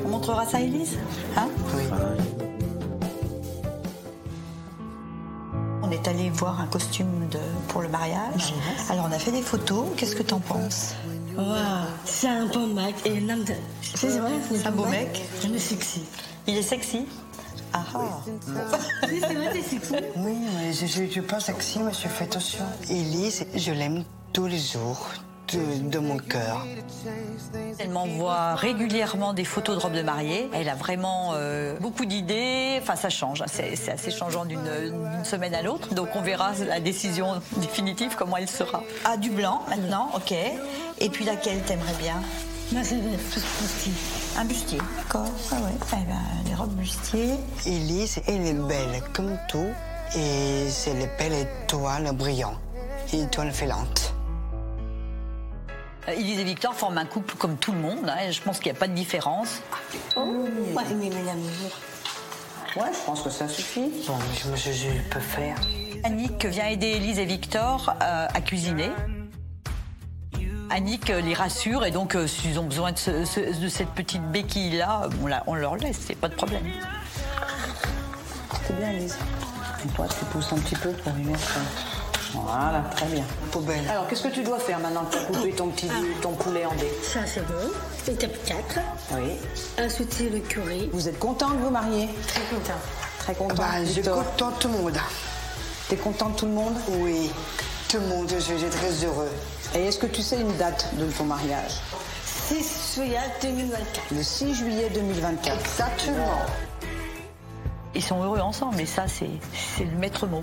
Speaker 4: On montrera ça à Elise hein On est allé voir un costume de, pour le mariage. Alors on a fait des photos. Qu'est-ce que t'en penses
Speaker 12: Waouh, Oh, c'est un bon mec et un homme de. C'est vrai, c'est
Speaker 4: un beau mec.
Speaker 12: Il est sexy.
Speaker 4: Il est sexy Ah ah.
Speaker 12: Oui, c'est vrai, t'es sexy.
Speaker 13: Oui, mais je, je, je pense que si, monsieur, fais attention. Elise, je l'aime tous les jours, de, de mon cœur.
Speaker 4: Elle m'envoie régulièrement des photos de robes de mariée. Elle a vraiment euh, beaucoup d'idées. Enfin, ça change. hein. C'est c'est assez changeant d'une d'une semaine à l'autre. Donc, on verra la décision définitive, comment elle sera. Ah, du blanc maintenant, ok. Et puis, laquelle t'aimerais bien
Speaker 12: Moi, c'est vrai, tout petit.
Speaker 4: Un bustier. D'accord, ah ouais. Eh ben, les robes bustier.
Speaker 13: Elise, elle est belle comme tout, et c'est la belle étoile brillante, étoile filante.
Speaker 4: Euh, Élise et Victor forment un couple comme tout le monde. hein. Je pense qu'il n'y a pas de différence. Oh.
Speaker 12: Ouais, mais
Speaker 5: Euh,
Speaker 12: mesdames,
Speaker 4: Ouais, je pense que ça suffit.
Speaker 13: Bon, je, je, je peux faire.
Speaker 4: Annick vient aider Élise et Victor euh, à cuisiner. Annick euh, les rassure et donc euh, s'ils ont besoin de, ce- ce- de cette petite béquille là, on, la- on leur laisse, c'est pas de problème.
Speaker 14: C'est bien, Lise.
Speaker 4: Et toi, tu pousses un petit peu pour lui mettre.
Speaker 14: euh,
Speaker 4: Voilà, très bien.
Speaker 14: Alors, qu'est-ce que tu dois faire maintenant que tu as coupé ton petit ton poulet en dés
Speaker 12: Ça, c'est bon. Étape 4.
Speaker 14: Oui.
Speaker 12: Ensuite, c'est le curry.
Speaker 14: Vous êtes content de vous marier Très content. Très content.
Speaker 15: Bah, je suis content de tout le monde.
Speaker 14: T'es content de tout le monde
Speaker 15: Oui, tout le monde, je suis très heureux.
Speaker 14: Et est-ce que tu sais une date de ton mariage
Speaker 12: 6 juillet 2024.
Speaker 14: Le 6 juillet 2024.
Speaker 15: Exactement.
Speaker 4: Ils sont heureux ensemble et ça, c'est c'est le maître mot.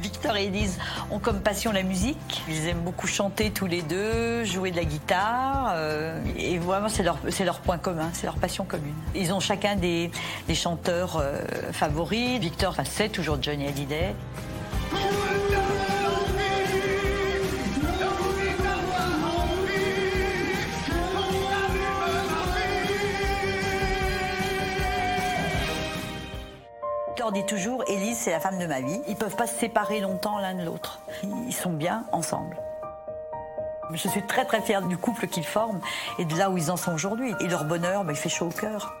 Speaker 4: Victor et Elise ont comme passion la musique. Ils aiment beaucoup chanter tous les deux, jouer de la guitare. euh, et vraiment, c'est leur, c'est leur point commun, c'est leur passion commune. Ils ont chacun des, des chanteurs euh, favoris. Victor, enfin, c'est toujours Johnny Hallyday. Victor dit toujours, Élise, c'est la femme de ma vie. Ils peuvent pas se séparer longtemps l'un de l'autre. Ils sont bien ensemble. Je suis très très fière du couple qu'ils forment et de là où ils en sont aujourd'hui. Et leur bonheur, ben, il fait chaud au cœur.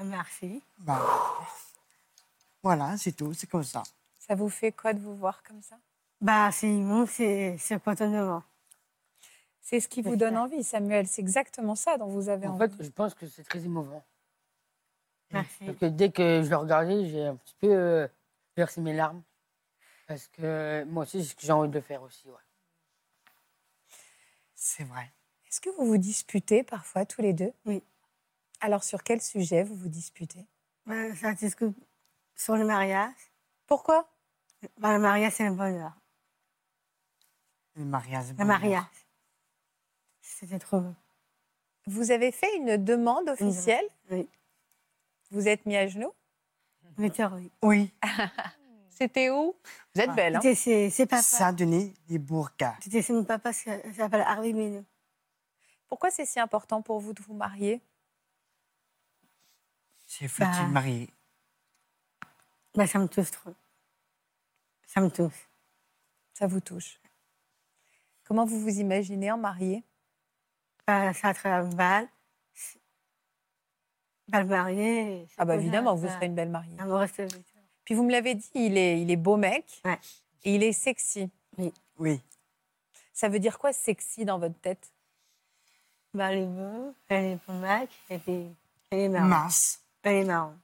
Speaker 12: Ah, Merci.
Speaker 6: Bah, voilà, c'est tout, c'est comme ça.
Speaker 1: Ça vous fait quoi de vous voir comme ça
Speaker 12: Bah, c'est immense, c'est c'est contentement.
Speaker 1: C'est ce qui vous donne envie, Samuel. C'est exactement ça dont vous avez
Speaker 2: En
Speaker 1: envie.
Speaker 2: fait, je pense que c'est très émouvant.
Speaker 12: Merci.
Speaker 2: Parce que dès que je le regardais, j'ai un petit peu euh, versé mes larmes. Parce que moi aussi, c'est ce que j'ai envie de faire aussi. ouais.
Speaker 6: C'est vrai.
Speaker 1: Est-ce que vous vous disputez parfois tous les deux
Speaker 12: Oui.
Speaker 1: Alors sur quel sujet vous vous disputez
Speaker 12: Bah, ça discute sur le mariage.
Speaker 1: Pourquoi
Speaker 12: bah, Le mariage, c'est le bonheur.
Speaker 6: Le mariage.
Speaker 12: Le mariage. C'était trop beau.
Speaker 1: Vous avez fait une demande officielle
Speaker 12: Oui.
Speaker 1: Vous êtes mis à genoux
Speaker 12: On était heureux.
Speaker 6: Oui.
Speaker 1: C'était où Vous êtes belle. hein
Speaker 12: C'était Ah, c'est c'est papa.
Speaker 6: Ça a donné des Ah. burkas.
Speaker 12: C'était c'est mon papa, ça ça s'appelle Harvey Minou.
Speaker 1: Pourquoi c'est si important pour vous de vous marier
Speaker 6: J'ai fait
Speaker 12: Bah.
Speaker 6: une mariée.
Speaker 12: Bah, ça me touche trop. Ça me touche.
Speaker 1: Ça vous touche. Comment vous vous imaginez en mariée
Speaker 12: Bah, ça travaille mal. Mal marié.
Speaker 1: Ah bah évidemment, vous serez une belle mariée.
Speaker 12: Ah,
Speaker 1: Puis vous me l'avez dit, il est, il est beau mec et il est sexy.
Speaker 12: Oui.
Speaker 6: Oui.
Speaker 1: Ça veut dire quoi sexy dans votre tête
Speaker 12: Bah, elle est beau, elle est pour Mac, et puis elle est marrante.
Speaker 6: Mince.
Speaker 12: Elle est marrante.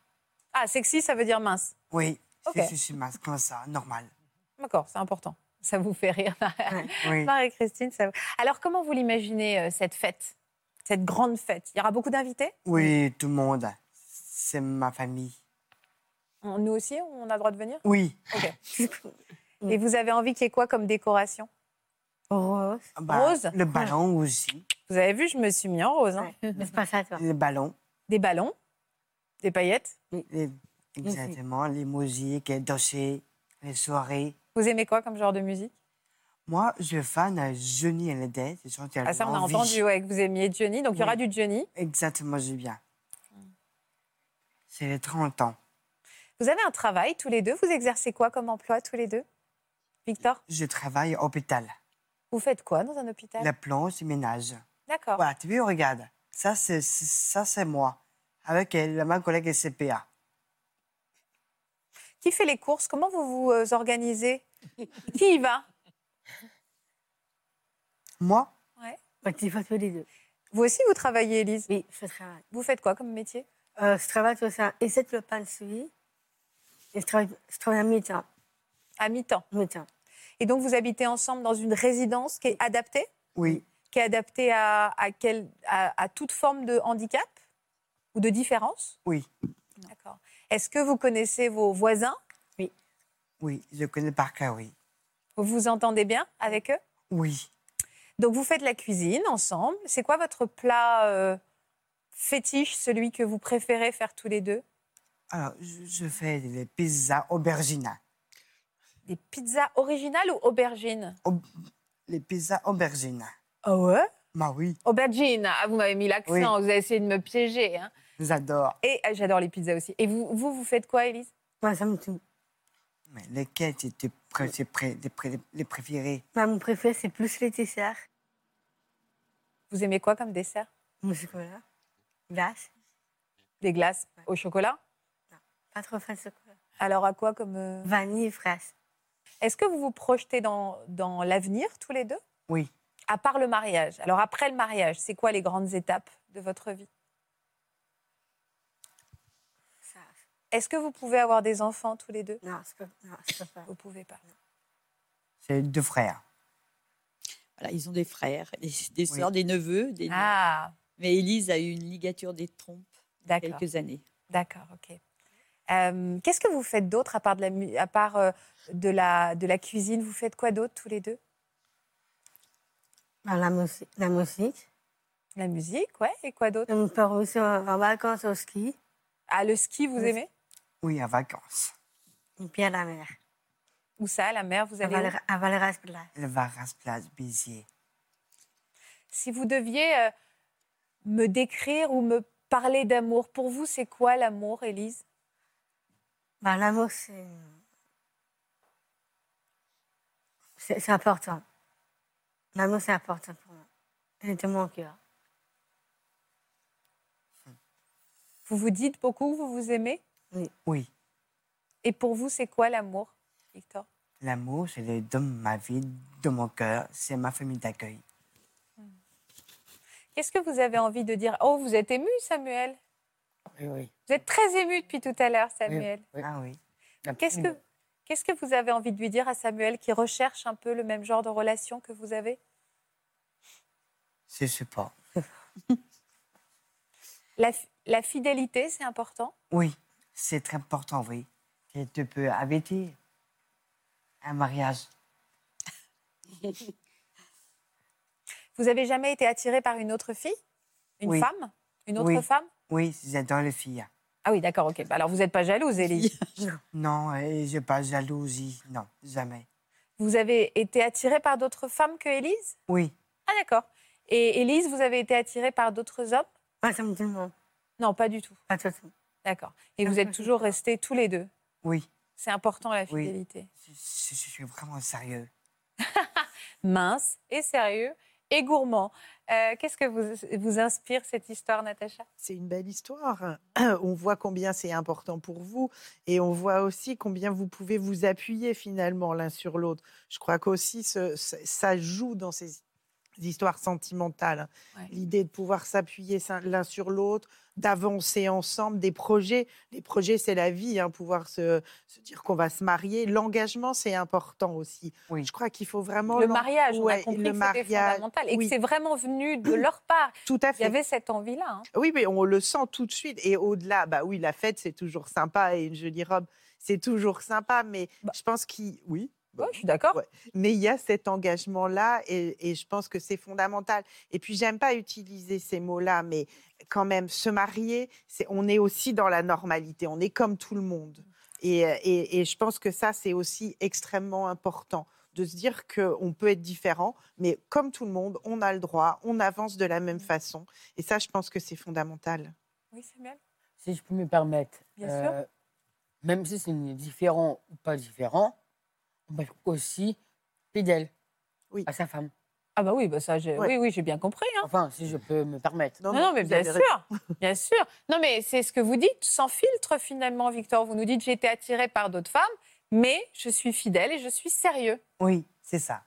Speaker 1: Ah, sexy, ça veut dire mince.
Speaker 6: Oui,
Speaker 1: Ok.
Speaker 6: je suis mince, comme ça, normal.
Speaker 1: D'accord, c'est important. Ça vous fait rire,
Speaker 6: Oui.
Speaker 1: Marie-Christine. ça vous- Alors, comment vous l'imaginez, euh, cette fête Cette grande fête Il y aura beaucoup d'invités
Speaker 6: Oui, tout le monde. C'est ma famille.
Speaker 1: On- Nous aussi, on a le droit de venir
Speaker 6: Oui.
Speaker 1: Et vous avez envie qu'il y ait quoi comme décoration
Speaker 12: Rose.
Speaker 6: Bah,
Speaker 1: Rose
Speaker 6: Le ballon aussi.
Speaker 1: Vous avez vu, je me suis mis en rose. hein.
Speaker 12: C'est pas ça, toi.
Speaker 6: Le ballon.
Speaker 1: Des ballons Des paillettes
Speaker 6: Les- exactement, les musiques, les dossiers, les soirées.
Speaker 1: Vous aimez quoi comme genre de musique
Speaker 6: Moi, je suis fan à Johnny et les Dead.
Speaker 1: Ah, ça, on a entendu ouais, que vous aimiez Johnny. Donc, il y aura du Johnny.
Speaker 6: Exactement, j'ai bien. C'est les 30 ans.
Speaker 1: Vous avez un travail tous les deux. Vous exercez quoi comme emploi tous les deux Victor,
Speaker 6: Je travaille à l'hôpital.
Speaker 1: vous faites quoi dans un hôpital
Speaker 6: La plonge et ménage.
Speaker 1: D'accord.
Speaker 6: Voilà, tu vois, regarde. Ça, c'est c'est- ça, c'est moi. Avec elle, ma collègue SCPA.
Speaker 1: Qui fait les courses Comment vous vous euh, organisez Qui y va
Speaker 6: Moi,
Speaker 1: ouais.
Speaker 12: Petit photo les deux.
Speaker 1: Vous aussi, vous travaillez, Elise
Speaker 12: Oui, je travaille.
Speaker 1: Vous faites quoi comme métier
Speaker 12: Euh, je travaille sur ça. Et c'est le pain de suie. Et je travaille, je travaille à mi-temps.
Speaker 1: À mi-temps
Speaker 12: Mi-temps.
Speaker 1: Et donc, vous habitez ensemble dans une résidence qui est adaptée
Speaker 6: oui,
Speaker 1: Qui est adaptée à, à, quelle- à- à toute forme de handicap ou de différence
Speaker 6: oui,
Speaker 1: D'accord. Est-ce que vous connaissez vos voisins
Speaker 6: oui, je connais par cœur, oui.
Speaker 1: Vous vous entendez bien avec eux
Speaker 6: Oui.
Speaker 1: Donc vous faites la cuisine ensemble. C'est quoi votre plat euh, fétiche, celui que vous préférez faire tous les deux
Speaker 6: Alors, je, je fais des pizzas aubergines.
Speaker 1: Des pizzas originales ou aubergines
Speaker 6: Les pizzas aubergines.
Speaker 1: Ah ouais
Speaker 6: Bah oui,
Speaker 1: Aubergines. Ah, vous m'avez mis l'accent,
Speaker 6: Oui.
Speaker 1: vous avez essayé de me piéger. hein.
Speaker 6: j'adore.
Speaker 1: Et euh, j'adore les pizzas aussi. Et vous, vous, vous faites quoi, Élise
Speaker 5: Moi, ça me tue.
Speaker 6: Mais lesquels c'est tes pré- c'est pré- les pré- les préférés
Speaker 5: Ma mon préféré, c'est plus les desserts.
Speaker 1: Vous aimez quoi comme dessert
Speaker 5: Mon chocolat. Glace.
Speaker 1: Des glaces au chocolat
Speaker 5: Pas trop fan de chocolat.
Speaker 1: Alors à quoi comme... euh,
Speaker 5: Vanille, fraise.
Speaker 1: Est-ce que vous vous projetez dans, dans l'avenir tous les deux
Speaker 6: Oui.
Speaker 1: À part le mariage. Alors après le mariage, c'est quoi les grandes étapes de votre vie Est-ce que vous pouvez avoir des enfants tous les deux
Speaker 5: Non, je peux pas.
Speaker 1: Vous pouvez pas.
Speaker 6: C'est deux frères.
Speaker 4: Voilà, ils ont des frères, des, des sœurs, des neveux. Des
Speaker 1: Ah
Speaker 4: Mais Élise a eu une ligature des trompes il y a
Speaker 1: D'accord.
Speaker 4: quelques années.
Speaker 1: D'accord, ok. Euh, Qu'est-ce que vous faites d'autre à part, de la, mu- à part euh, de, la, de la cuisine Vous faites quoi d'autre tous les deux
Speaker 5: Bah, la, musi- la musique.
Speaker 1: La musique, ouais. Et quoi d'autre
Speaker 5: On part aussi en, en vacances au ski.
Speaker 1: Ah, le ski, vous aimez
Speaker 6: Oui, en vacances.
Speaker 5: Et puis à la mer.
Speaker 1: Où ça, à la mer Vous
Speaker 5: À
Speaker 1: allez où
Speaker 5: Valera- à Valera Plage.
Speaker 6: Le Varas Place, Béziers.
Speaker 1: Si vous deviez euh, me décrire ou me parler d'amour, pour vous, c'est quoi l'amour, Élise
Speaker 5: Bah, l'amour, c'est. C'est c'est important. L'amour, c'est important pour moi. Il était mon cœur.
Speaker 1: Vous vous dites beaucoup que vous vous aimez
Speaker 5: Oui.
Speaker 6: Oui,
Speaker 1: Et pour vous, c'est quoi l'amour, Victor
Speaker 6: l'amour, c'est le de ma vie, de mon cœur. C'est ma famille d'accueil.
Speaker 1: Qu'est-ce que vous avez envie de dire Oh, vous êtes ému, Samuel
Speaker 2: Oui, oui.
Speaker 1: Vous êtes très ému depuis tout à l'heure, Samuel.
Speaker 6: Ah oui.
Speaker 1: Qu'est-ce que Qu'est-ce que vous avez envie de lui dire à Samuel qui recherche un peu le même genre de relation que vous avez
Speaker 6: C'est support.
Speaker 1: la, fi- la fidélité, c'est important.
Speaker 6: Oui, c'est très important, oui. Et tu peux inviter un mariage.
Speaker 1: Vous avez jamais été attiré par une autre fille Une
Speaker 6: Oui.
Speaker 1: femme Une autre
Speaker 6: Oui.
Speaker 1: femme
Speaker 6: Oui, j'adore les filles.
Speaker 1: Ah oui, d'accord, ok. Bah alors vous n'êtes pas jalouse, Élise.
Speaker 6: Non, et j'ai pas de jalousie. Non, jamais.
Speaker 1: vous avez été attiré par d'autres femmes que Élise
Speaker 6: Oui,
Speaker 1: Ah d'accord. Et Élise, vous avez été attiré par d'autres hommes
Speaker 5: Pas comme tout le monde.
Speaker 1: Non, pas du tout.
Speaker 5: Pas tout le monde.
Speaker 1: D'accord. Et vous êtes toujours restés tous les deux.
Speaker 6: oui.
Speaker 1: C'est important la
Speaker 6: Oui.
Speaker 1: fidélité.
Speaker 6: Je, je- je suis vraiment sérieux.
Speaker 1: Mince et sérieux et gourmand. Euh, Qu'est-ce que vous, vous inspire cette histoire, Natacha
Speaker 10: C'est une belle histoire. On voit combien c'est important pour vous et on voit aussi combien vous pouvez vous appuyer finalement l'un sur l'autre. Je crois qu'aussi ce- ce- ça joue dans ces histoires sentimentales.
Speaker 1: Ouais.
Speaker 10: L'idée de pouvoir s'appuyer ça- l'un sur l'autre, d'avancer ensemble, des projets. Les projets, c'est la vie, hein, pouvoir se, se dire qu'on va se marier. L'engagement, c'est important aussi. Je crois qu'il faut vraiment...
Speaker 1: Le
Speaker 10: l'en-
Speaker 1: mariage, on a
Speaker 10: Ouais,
Speaker 1: compris
Speaker 10: le
Speaker 1: que c'était
Speaker 10: mariage,
Speaker 1: fondamental et
Speaker 10: oui.
Speaker 1: que c'est vraiment venu de leur part.
Speaker 10: Tout à
Speaker 1: Il y
Speaker 10: fait.
Speaker 1: avait cette envie-là. hein.
Speaker 10: Oui, mais on le sent tout de suite. Et au-delà, bah oui, la fête, c'est toujours sympa et une jolie robe, c'est toujours sympa. Mais je pense qu'il. Oui. bah
Speaker 1: Bah Ouais, je suis d'accord.
Speaker 10: ouais. Mais il y a cet engagement-là et, et je pense que c'est fondamental. Et puis, j'aime pas utiliser ces mots-là, mais quand même, se marier, c'est, on est aussi dans la normalité. On est comme tout le monde. Et, euh, et- et je pense que ça, c'est aussi extrêmement important de se dire qu'on peut être différent, mais comme tout le monde, on a le droit, on avance de la
Speaker 2: Mmh.
Speaker 10: même façon. Et ça, je pense que c'est fondamental.
Speaker 1: Oui, Samuel
Speaker 2: Si je peux me permettre. euh,
Speaker 1: Bien sûr.
Speaker 2: Même si c'est différent ou pas différent, on peut être aussi fidèle à sa femme.
Speaker 1: Ah bah oui, bah ça, j'ai-
Speaker 2: Ouais.
Speaker 1: oui, oui, j'ai bien compris. hein.
Speaker 2: Enfin, si je peux me permettre.
Speaker 1: Non, non, mais bien sûr, bien sûr. Non, mais c'est ce que vous dites, sans filtre finalement, Victor. Vous nous dites j'ai été attirée par d'autres femmes, mais je suis fidèle et je suis sérieux.
Speaker 6: Oui, c'est ça.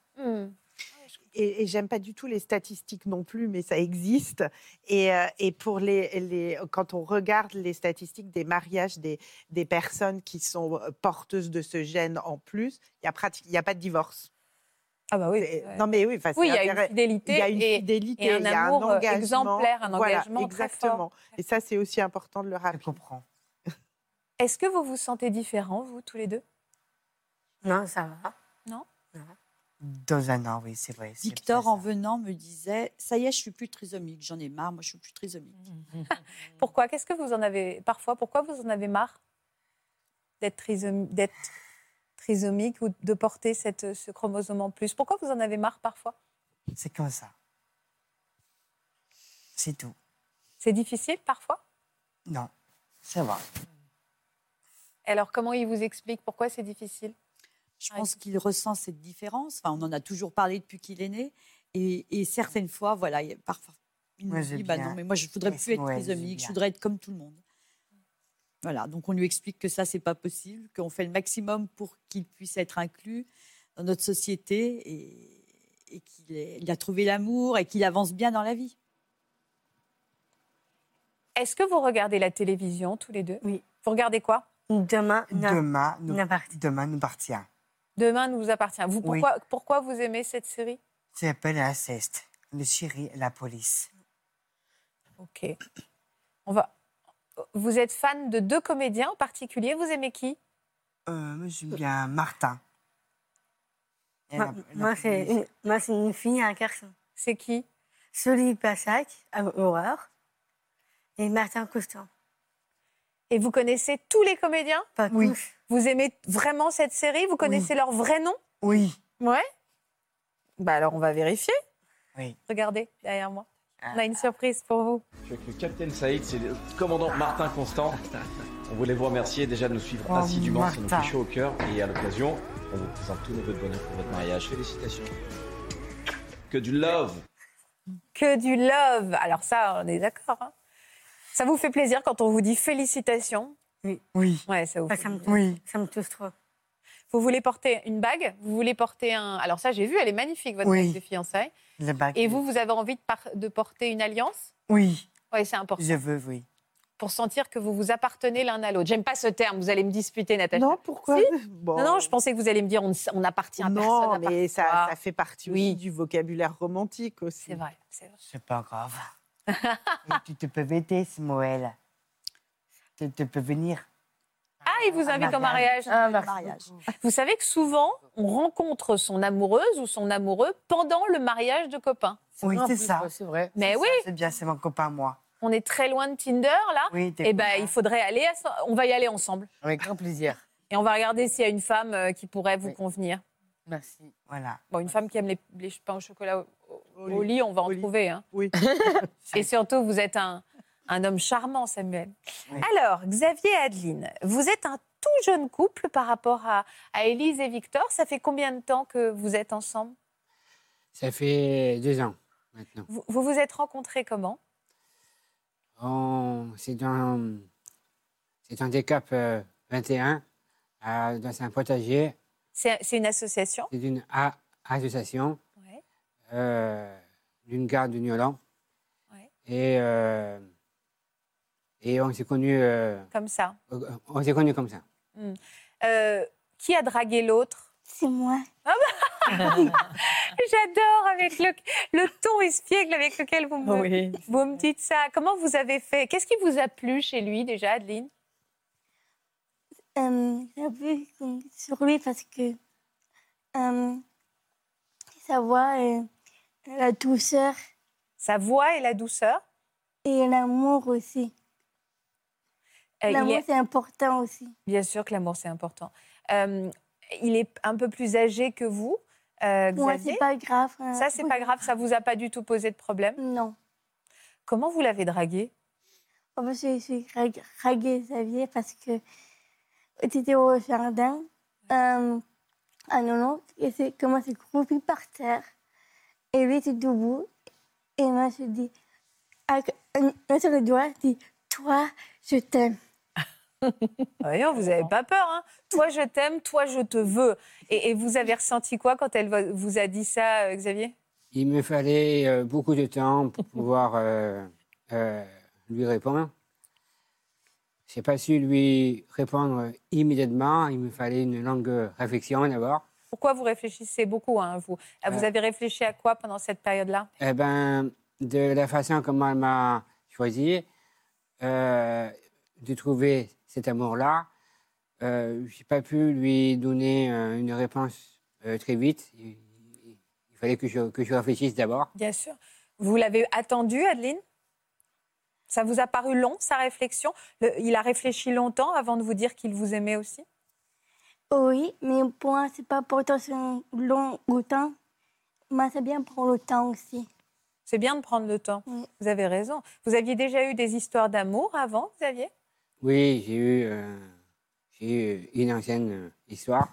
Speaker 10: Et, et j'aime pas du tout les statistiques non plus, mais ça existe. Et, euh, et pour les, les, quand on regarde les statistiques des mariages des, des personnes qui sont euh, porteuses de ce gène en plus, il y a prati- il y a pas de divorce.
Speaker 1: Ah bah oui.
Speaker 10: Non mais oui, enfin, c'est
Speaker 1: Oui, il y a une
Speaker 10: intérêt-
Speaker 1: fidélité
Speaker 10: il y a une
Speaker 1: et-
Speaker 10: fidélité,
Speaker 1: et un
Speaker 10: il y a
Speaker 1: amour, euh,
Speaker 10: engagement.
Speaker 1: exemplaire, un
Speaker 10: Voilà,
Speaker 1: engagement très fort.
Speaker 10: exactement. Et ça, c'est aussi important de le rappeler. Je comprends.
Speaker 1: Est-ce que vous vous sentez différents, vous, tous les deux
Speaker 5: Non, ça va.
Speaker 1: Non
Speaker 6: Dans un an, oui, c'est vrai. c'est-
Speaker 4: Victor, en venant, me disait Ça y est, je suis plus trisomique, j'en ai marre, moi je suis plus trisomique.
Speaker 1: Pourquoi Qu'est-ce que vous en avez parfois Pourquoi vous en avez marre d'être trisom- d'être trisomique ou de porter cette, ce chromosome en plus Pourquoi vous en avez marre parfois
Speaker 6: C'est comme ça. C'est tout.
Speaker 1: C'est difficile parfois
Speaker 6: Non, ça va.
Speaker 1: Alors, comment il vous explique pourquoi c'est difficile
Speaker 4: Je pense qu'il ressent cette différence. Enfin, on en a toujours parlé depuis qu'il est né. Et, et certaines fois, voilà, il y a parfois, il
Speaker 6: Moi,
Speaker 4: nous
Speaker 6: j'ai
Speaker 4: dit, bah
Speaker 6: bien-
Speaker 4: non, mais moi, je voudrais plus être
Speaker 6: Ouais, j'ai
Speaker 4: trisomique, je
Speaker 6: bien.
Speaker 4: voudrais être comme tout le monde. Voilà, donc on lui explique que ça, c'est pas possible, qu'on fait le maximum pour qu'il puisse être inclus dans notre société et, et qu'il est- il a trouvé l'amour et qu'il avance bien Ah, dans la vie.
Speaker 1: Est-ce que vous regardez la télévision tous les deux Oui. Vous regardez quoi
Speaker 5: Demain,
Speaker 1: Ah.
Speaker 6: demain, nous, demain nous partons.
Speaker 1: Demain nous appartient. Vous,
Speaker 6: Oui.
Speaker 1: pourquoi, pourquoi vous aimez cette série
Speaker 6: Ça s'appelle inceste. Le chéri et la police.
Speaker 1: Ok. On va. Vous êtes fan de deux comédiens en particulier. Vous aimez qui
Speaker 6: Euh, moi, j'aime bien Martin. Et
Speaker 5: Moi,
Speaker 6: la- la
Speaker 5: moi, c'est
Speaker 6: police.
Speaker 5: une, moi, c'est une fille et un garçon.
Speaker 1: C'est qui
Speaker 5: Soli Passac, à Horreur, et Martin Constant.
Speaker 1: Et vous connaissez tous les comédiens
Speaker 5: Pas
Speaker 1: oui. Vous aimez vraiment cette série Vous connaissez leur vrai nom
Speaker 6: Oui.
Speaker 1: Ouais. Bah alors on va vérifier.
Speaker 6: Oui. Ah.
Speaker 1: Regardez derrière moi. On a une surprise pour vous.
Speaker 16: Je suis avec le capitaine Saïd, c'est le commandant Martin Constant. On voulait vous remercier déjà de nous suivre
Speaker 6: Oh,
Speaker 16: assidûment, ça nous
Speaker 6: Martin.
Speaker 16: fait chaud au cœur. Et à l'occasion, on vous présente tous nos vœux de bonheur pour votre mariage. Félicitations. Que du love
Speaker 1: Que du love. Alors ça, on est d'accord. hein. Ça vous fait plaisir quand on vous dit félicitations
Speaker 5: Oui.
Speaker 6: Oui.
Speaker 1: Ouais, ça vous. fait
Speaker 5: ça me
Speaker 1: plaisir.
Speaker 6: Oui.
Speaker 5: Ça me touche trop.
Speaker 1: Vous voulez porter une bague Vous voulez porter un. Alors ça, j'ai vu, elle est magnifique votre
Speaker 6: Oui.
Speaker 1: bague de fiançailles.
Speaker 6: Le bac.
Speaker 1: Et vous, vous avez envie de, par- de porter une alliance
Speaker 6: Oui,
Speaker 1: Oui, c'est important.
Speaker 6: je veux, oui.
Speaker 1: Pour sentir que vous vous appartenez l'un à l'autre. J'aime pas ce terme, vous allez me disputer, Natacha. Non,
Speaker 10: pourquoi
Speaker 1: non, non, je pensais que vous allez me dire on, ne s- on appartient à personne.
Speaker 10: Non,
Speaker 1: à part
Speaker 10: mais
Speaker 1: toi.
Speaker 10: ça, ça fait partie aussi du vocabulaire romantique aussi. C'est
Speaker 1: vrai, c'est vrai.
Speaker 6: C'est pas grave. Et tu te peux bêter, Samuel. Tu te peux venir.
Speaker 1: Ah, il vous invite au mariage.
Speaker 6: mariage.
Speaker 1: Vous savez que souvent, on rencontre son amoureuse ou son amoureux pendant le mariage de copains.
Speaker 6: Oui, c'est ça.
Speaker 1: C'est vrai. Mais oui,
Speaker 6: C'est bien, c'est mon copain, moi.
Speaker 1: on est très loin de Tinder là.
Speaker 6: Oui, t'es
Speaker 1: Et ben,
Speaker 6: content.
Speaker 1: il faudrait aller. à ça. On va y aller ensemble.
Speaker 6: Avec grand plaisir.
Speaker 1: Et on va regarder s'il y a une femme euh, qui pourrait vous convenir.
Speaker 6: Merci. Voilà.
Speaker 1: Bon, une femme qui aime les, les pains au chocolat au, au- au lit, on va en trouver. hein.
Speaker 10: Oui.
Speaker 1: Et surtout, vous êtes un, un homme charmant, Samuel. Alors, Xavier et Adeline, vous êtes un tout jeune couple par rapport à, à Élise et Victor. Ça fait combien de temps que vous êtes ensemble
Speaker 3: Ça fait deux ans maintenant.
Speaker 1: vous, vous vous êtes rencontrés comment
Speaker 3: On- Oh, C'est dans, c'est euh, dans des caps 21, à- euh, dans un potager.
Speaker 1: C'est c'est une association
Speaker 3: C'est une a- association
Speaker 1: Ouais.
Speaker 3: euh, d'une garde de Niolan. Et, euh, et on s'est connus euh,
Speaker 1: comme ça.
Speaker 3: on s'est connus comme ça.
Speaker 1: Hmm. Euh, qui a dragué l'autre Ah bah
Speaker 5: C'est moi.
Speaker 1: J'adore avec le, le ton espiègle avec lequel vous me,
Speaker 5: Oui.
Speaker 1: vous me dites ça. Comment vous avez fait Qu'est-ce qui vous a plu chez lui déjà, Adeline
Speaker 5: Euh, j'ai vu qu'on- sur lui parce que euh, sa voix et la douceur.
Speaker 1: Sa voix et la douceur
Speaker 5: Et l'amour aussi.
Speaker 1: Euh, il
Speaker 5: l'amour,
Speaker 1: est-
Speaker 5: c'est important aussi.
Speaker 1: Bien sûr que l'amour, c'est important. Euh, il est un peu plus âgé que vous, euh,
Speaker 5: Moi,
Speaker 1: Xavier.
Speaker 5: c'est pas grave. hein.
Speaker 1: Ça, c'est pas grave, ça vous a pas du tout posé de problème
Speaker 5: Non.
Speaker 1: Comment vous l'avez dragué
Speaker 5: En fait, je suis rag- raguée, Xavier, parce que j'étais au jardin euh, à Nolan et c'est comment c'est croupi par terre. Et lui était debout. Et moi, je dis, avec un un sur le doigt, je dis, toi, je t'aime.
Speaker 1: Voyons, vous n'avez pas peur. Hein toi, je t'aime, toi, je te veux. Et, et vous avez ressenti quoi quand elle va- vous a dit ça, euh, Xavier
Speaker 3: Il me fallait euh, beaucoup de temps pour pouvoir euh, euh, lui répondre. Je n'ai pas su lui répondre immédiatement. Il me fallait une longue réflexion d'abord.
Speaker 1: Pourquoi vous réfléchissez beaucoup, hein, vous Vous avez réfléchi à quoi pendant cette période-là
Speaker 3: Eh ben, de la façon comment elle m'a choisi, euh, de trouver cet amour-là, je n'ai pas pu lui donner euh, une réponse euh, très vite. Il, il- il fallait que je, que je réfléchisse d'abord.
Speaker 1: Bien sûr. Vous l'avez attendu, Adeline Ça vous a paru long, sa réflexion Le- Il a réfléchi longtemps avant de vous dire qu'il vous aimait aussi
Speaker 5: Oh Oui, mais pour moi, c'est pas important, c'est un long ou temps. Moi, c'est bien pour le temps aussi.
Speaker 1: C'est bien de prendre le temps.
Speaker 5: Mm.
Speaker 1: Vous avez raison. Vous aviez déjà eu des histoires d'amour avant, Xavier
Speaker 3: Oui, j'ai eu, euh, j'ai J'ai une ancienne euh, histoire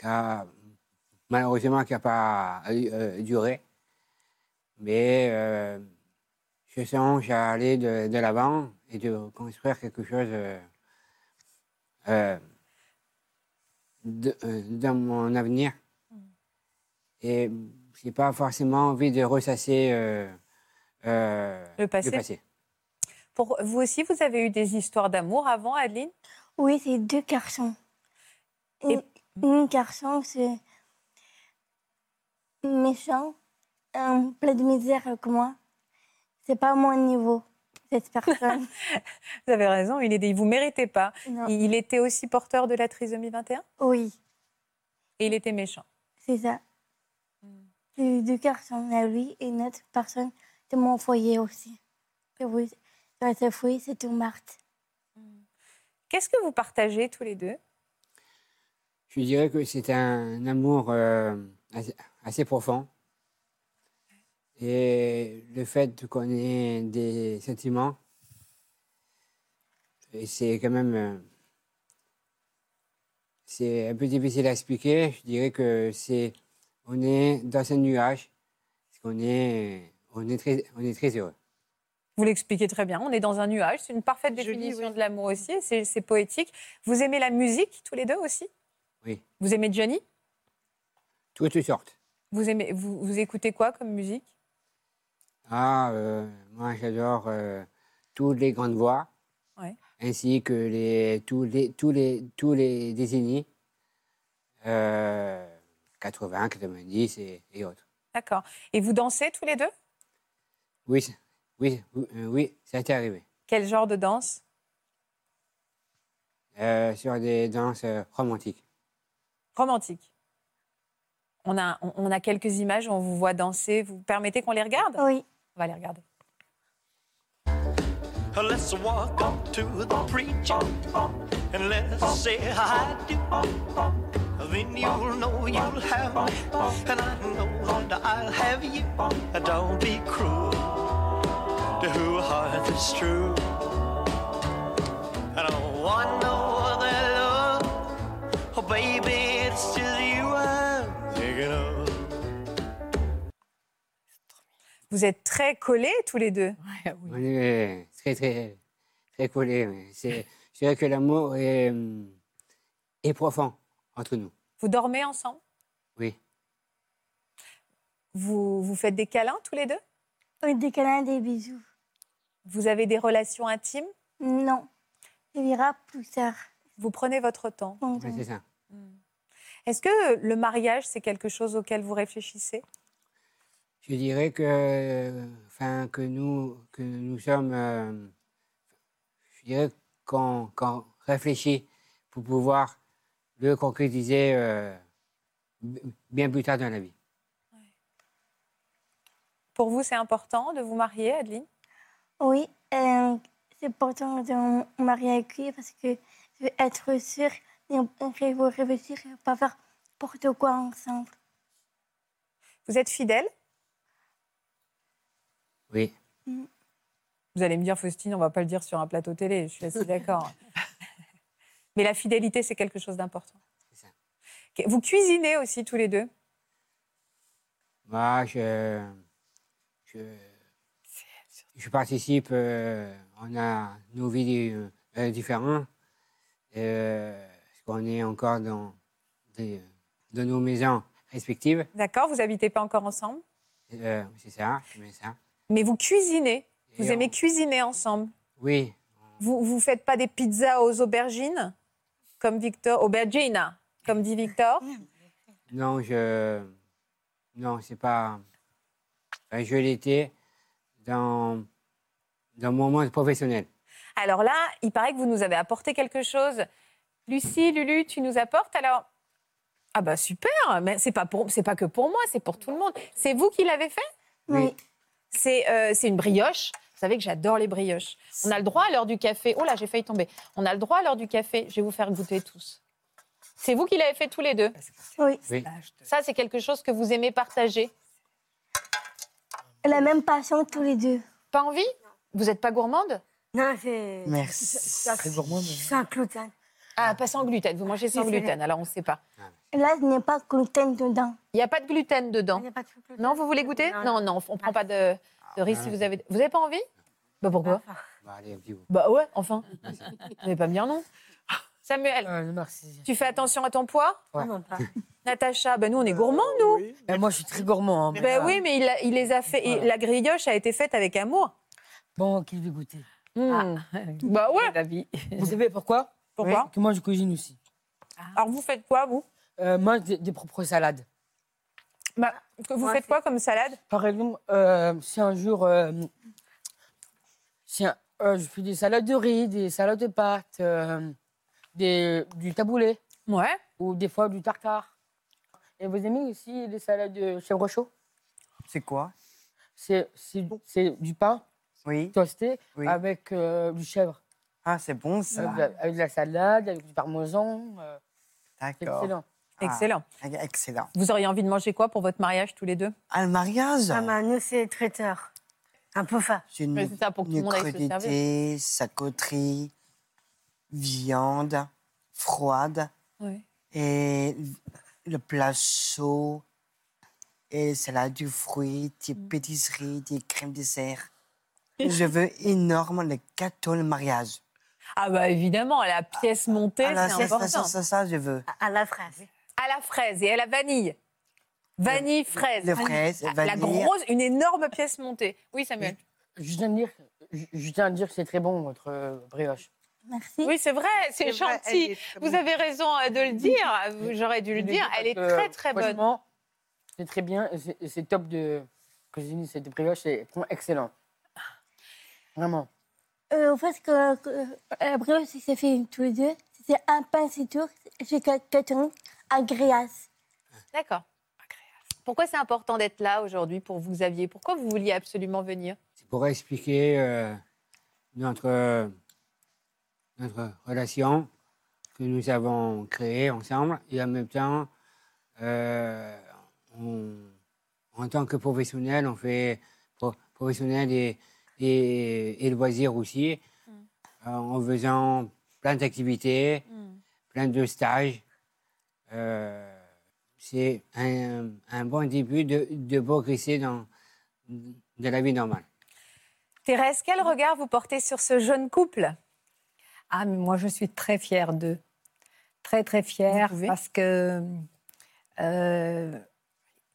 Speaker 3: qui a, malheureusement qui n'a pas euh, duré. Mais euh, je songe à aller de, de l'avant et de construire quelque chose euh, euh, de- euh, dans mon avenir.
Speaker 1: Mm.
Speaker 3: Et je n'ai pas forcément envie de ressasser euh, euh,
Speaker 1: Le passé. Pour, vous aussi, vous avez eu des histoires d'amour avant, Adeline
Speaker 5: Oui, c'est deux garçons. Et... Un garçon, c'est méchant, un plein de misère que moi. C'est pas mon niveau, cette personne.
Speaker 1: Vous avez raison, il ne vous méritez pas.
Speaker 5: Non.
Speaker 1: Il, il était aussi porteur de la trisomie 21
Speaker 5: Oui.
Speaker 1: Et il était méchant.
Speaker 5: C'est ça.
Speaker 1: Mm.
Speaker 5: J'ai eu deux garçons à lui et une autre personne de mon foyer aussi. Et oui, dans ce foyer, c'est tout Marthe.
Speaker 1: Mm. Qu'est-ce que vous partagez tous les deux
Speaker 3: Je dirais que c'est un amour euh, assez, assez profond. Et le fait qu'on ait des sentiments, et c'est quand même. euh, c'est un peu difficile à expliquer. Je dirais que c'est. On est dans un nuage. Parce qu'on est, on est, très, on est très heureux.
Speaker 1: Vous l'expliquez très bien. On est dans un nuage. C'est une parfaite définition de l'amour aussi. C'est c'est poétique. Vous aimez la musique tous les deux aussi
Speaker 3: Oui.
Speaker 1: Vous aimez Johnny
Speaker 3: Toutes sortes.
Speaker 1: vous, aimez, vous, vous écoutez quoi comme musique
Speaker 3: Ah, euh, moi j'adore euh, toutes les grandes voix,
Speaker 1: Ouais.
Speaker 3: ainsi que les, tous les, tous les, tous les décennies, euh, 80, 90 et, et autres.
Speaker 1: D'accord. Et vous dansez tous les deux
Speaker 3: Oui, c- oui, oui, euh, oui, ça t'est arrivé.
Speaker 1: Quel genre de danse
Speaker 3: Euh, sur des danses euh, romantiques.
Speaker 1: Romantique. On a, on, on a quelques images, on vous voit danser. Vous permettez qu'on les regarde
Speaker 5: Oui.
Speaker 1: On va les regarder.
Speaker 17: Let's walk up to the preacher and let's say I do. Then you'll know you'll have me, and I know that I'll have you. Don't be cruel to who heart is true. I don't want no other love, oh baby, it's just you I'm thinking of.
Speaker 1: Vous êtes très collés tous les deux.
Speaker 3: On est très, très, très collés. mais c'est- Je dirais que l'amour est, hum, est profond entre nous.
Speaker 1: Vous dormez ensemble
Speaker 3: Oui.
Speaker 1: vous, vous faites des câlins tous les deux
Speaker 5: Oui, des câlins, des bisous.
Speaker 1: Vous avez des relations intimes
Speaker 5: Non. Il ira plus tard.
Speaker 1: Vous prenez votre temps.
Speaker 3: Ouais, c'est ça.
Speaker 1: Est-ce que le mariage, c'est quelque chose auquel vous réfléchissez
Speaker 3: Je dirais que, enfin, que nous, que nous sommes, euh, je dirais qu'on qu'on réfléchit pour pouvoir le concrétiser euh, b- bien plus tard dans la vie.
Speaker 1: Pour vous, c'est important de vous marier, Adeline
Speaker 5: Oui, euh, c'est important de me marier avec lui parce que je veux être sûre et ré- vous réfléchir et pas faire n'importe quoi ensemble.
Speaker 1: Vous êtes fidèle
Speaker 3: Oui.
Speaker 1: Vous allez me dire, Faustine, on va pas le dire sur un plateau télé, je suis assez d'accord. Mais la fidélité, c'est quelque chose d'important. Ok, Vous cuisinez aussi tous les deux
Speaker 3: Moi, je, je, je participe. euh, on a nos vies euh, euh, différentes. Euh, parce qu'on est encore dans, des- dans nos maisons respectives.
Speaker 1: D'accord, vous n'habitez pas encore ensemble,
Speaker 3: Euh, c'est ça, mais ça.
Speaker 1: mais vous cuisinez. Vous
Speaker 3: Et on-
Speaker 1: aimez cuisiner ensemble.
Speaker 3: Oui,
Speaker 1: Vous vous faites pas des pizzas aux aubergines comme Victor, aubergina, comme dit Victor.
Speaker 3: non, je. Non, c'est pas. Enfin, je l'étais dans... dans mon monde professionnel.
Speaker 1: Alors là, il paraît que vous nous avez apporté quelque chose. Lucie, Lulu, tu nous apportes alors. Ah bah super, mais c'est pas pour, c'est pas que pour moi, c'est pour tout le monde. C'est vous qui l'avez fait
Speaker 5: Oui.
Speaker 1: C'est euh, c'est une brioche. Vous savez que j'adore les brioches. On a le droit à l'heure du café. Oh là, j'ai failli tomber. On a le droit à l'heure du café. Je vais vous faire goûter tous. C'est vous qui l'avez fait tous les deux.
Speaker 5: Oui.
Speaker 3: Oui.
Speaker 1: Ça, c'est quelque chose que vous aimez partager.
Speaker 5: La même passion tous les deux.
Speaker 1: Pas envie Vous n'êtes pas gourmande
Speaker 5: Non, c'est.
Speaker 6: Merci.
Speaker 5: Saint-Cloud.
Speaker 1: Ah, pas sans gluten. Vous mangez sans
Speaker 5: Oui, c'est
Speaker 1: gluten,
Speaker 5: vrai.
Speaker 1: alors on ne sait pas.
Speaker 6: Ah.
Speaker 5: Là, je n'ai pas de gluten dedans.
Speaker 1: Il n'y a pas de gluten dedans. Non, vous voulez goûter Non, non, on ne prend pas de, de riz si vous avez. Vous n'avez pas envie Bah pourquoi
Speaker 3: Bah, allez, au petit bout.
Speaker 1: Bah ouais, enfin. Vous n'allez pas me dire non. Samuel, tu fais attention à ton poids
Speaker 2: Ouais. Euh, Non, pas. Euh,
Speaker 1: Natacha, ben nous on est gourmands, nous.
Speaker 2: Mais Ben, moi, je suis très gourmand. hein.
Speaker 1: Ben oui, mais il, a- il les a fait. il- la grioche a été faite avec amour.
Speaker 2: Bon, qu'il veut goûter.
Speaker 1: Hmm. Bah ouais.
Speaker 2: Vous savez pourquoi
Speaker 1: Pourquoi Ah.
Speaker 2: Parce Que moi, je cuisine aussi. Euh,
Speaker 1: Alors, vous faites quoi, vous
Speaker 2: Moi, des, des propres salades.
Speaker 1: Bah, que vous faites quoi comme salade
Speaker 2: Par exemple, euh, si un jour. euh, si un- euh, je fais des salades de riz, des salades de pâtes, euh, des, du taboulé.
Speaker 1: Ouais.
Speaker 2: Ou des fois du tartare. Et vous aimez aussi les salades de chèvre chaud
Speaker 6: C'est quoi
Speaker 2: C'est c'est- c'est du pain tosté avec euh, du chèvre.
Speaker 6: Ah, c'est bon ça.
Speaker 2: Avec, de la- avec de la salade, avec du parmesan. euh,
Speaker 6: D'accord.
Speaker 2: excellent.
Speaker 6: Ah,
Speaker 1: Excellent.
Speaker 6: Excellent.
Speaker 1: Vous auriez envie de manger quoi pour votre mariage tous les deux
Speaker 6: Ah, le mariage
Speaker 12: Ah, bah, nous, c'est traiteur. Un peu fin.
Speaker 6: C'est une,
Speaker 1: Mais c'est ça, pour que tout le
Speaker 6: une
Speaker 1: monde aille se
Speaker 6: crudité, sacoterie, viande froide
Speaker 1: Ouais.
Speaker 6: et le plat chaud et salade du fruit, des
Speaker 1: Mm.
Speaker 6: pâtisseries, des crèmes dessert. Je veux énorme le gâteau, le mariage.
Speaker 1: Ah bah évidemment, la pièce montée,
Speaker 6: Ah, là,
Speaker 1: c'est
Speaker 6: ça,
Speaker 1: important.
Speaker 6: ça, ça, ça, ça, je veux.
Speaker 12: À la fraise.
Speaker 1: À la fraise et à la vanille. Vanille, fraise.
Speaker 6: le fraise,
Speaker 1: Ah, La
Speaker 6: vanille.
Speaker 1: grosse, une énorme pièce montée. Oui, Samuel.
Speaker 2: Je tiens à dire, je, je tiens à dire que c'est très bon, votre euh, brioche.
Speaker 5: Merci.
Speaker 1: Oui, c'est vrai, c'est
Speaker 10: C'est vrai, elle
Speaker 1: gentil.
Speaker 10: est très
Speaker 1: Vous avez raison euh, de le dire. Vous- J'aurais dû le dire. Elle est
Speaker 2: Parce que,
Speaker 1: très, très bonne.
Speaker 2: franchement, C'est très bien et c'est- et c'est top de cuisiner cette brioche, c'est vraiment excellent. Vraiment.
Speaker 5: Euh, en fait, que, que- après, si c'est fait tous les deux, c'est un pain, c'est tout. J'ai quelqu'un à Gréas.
Speaker 1: D'accord. Pourquoi c'est important d'être là aujourd'hui pour vous, Xavier Pourquoi vous vouliez absolument venir
Speaker 3: pour expliquer euh, notre, notre relation que nous avons créée ensemble et en même temps, euh, on- en tant que professionnel, on fait pro- professionnel et, et, et loisirs aussi, euh, en faisant plein d'activités, plein de stages. Euh, c'est un, un bon début de, de progresser dans, dans la vie normale.
Speaker 1: Thérèse, quel regard vous portez sur ce jeune couple
Speaker 18: Ah, mais moi, je suis très fière d'eux. Très, très fière parce que euh,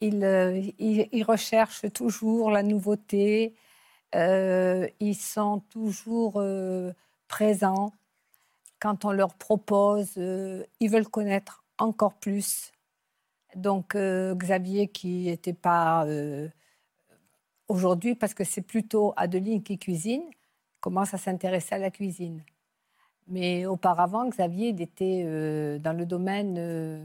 Speaker 18: ils, euh, ils- ils recherchent toujours la nouveauté. euh, ils sont toujours euh, présents quand on leur propose. euh, ils veulent connaître encore plus. Donc, euh, Xavier, qui n'était pas euh, aujourd'hui, parce que c'est plutôt Adeline qui cuisine, commence à s'intéresser à la cuisine. Mais auparavant, Xavier, il était euh, dans le domaine euh,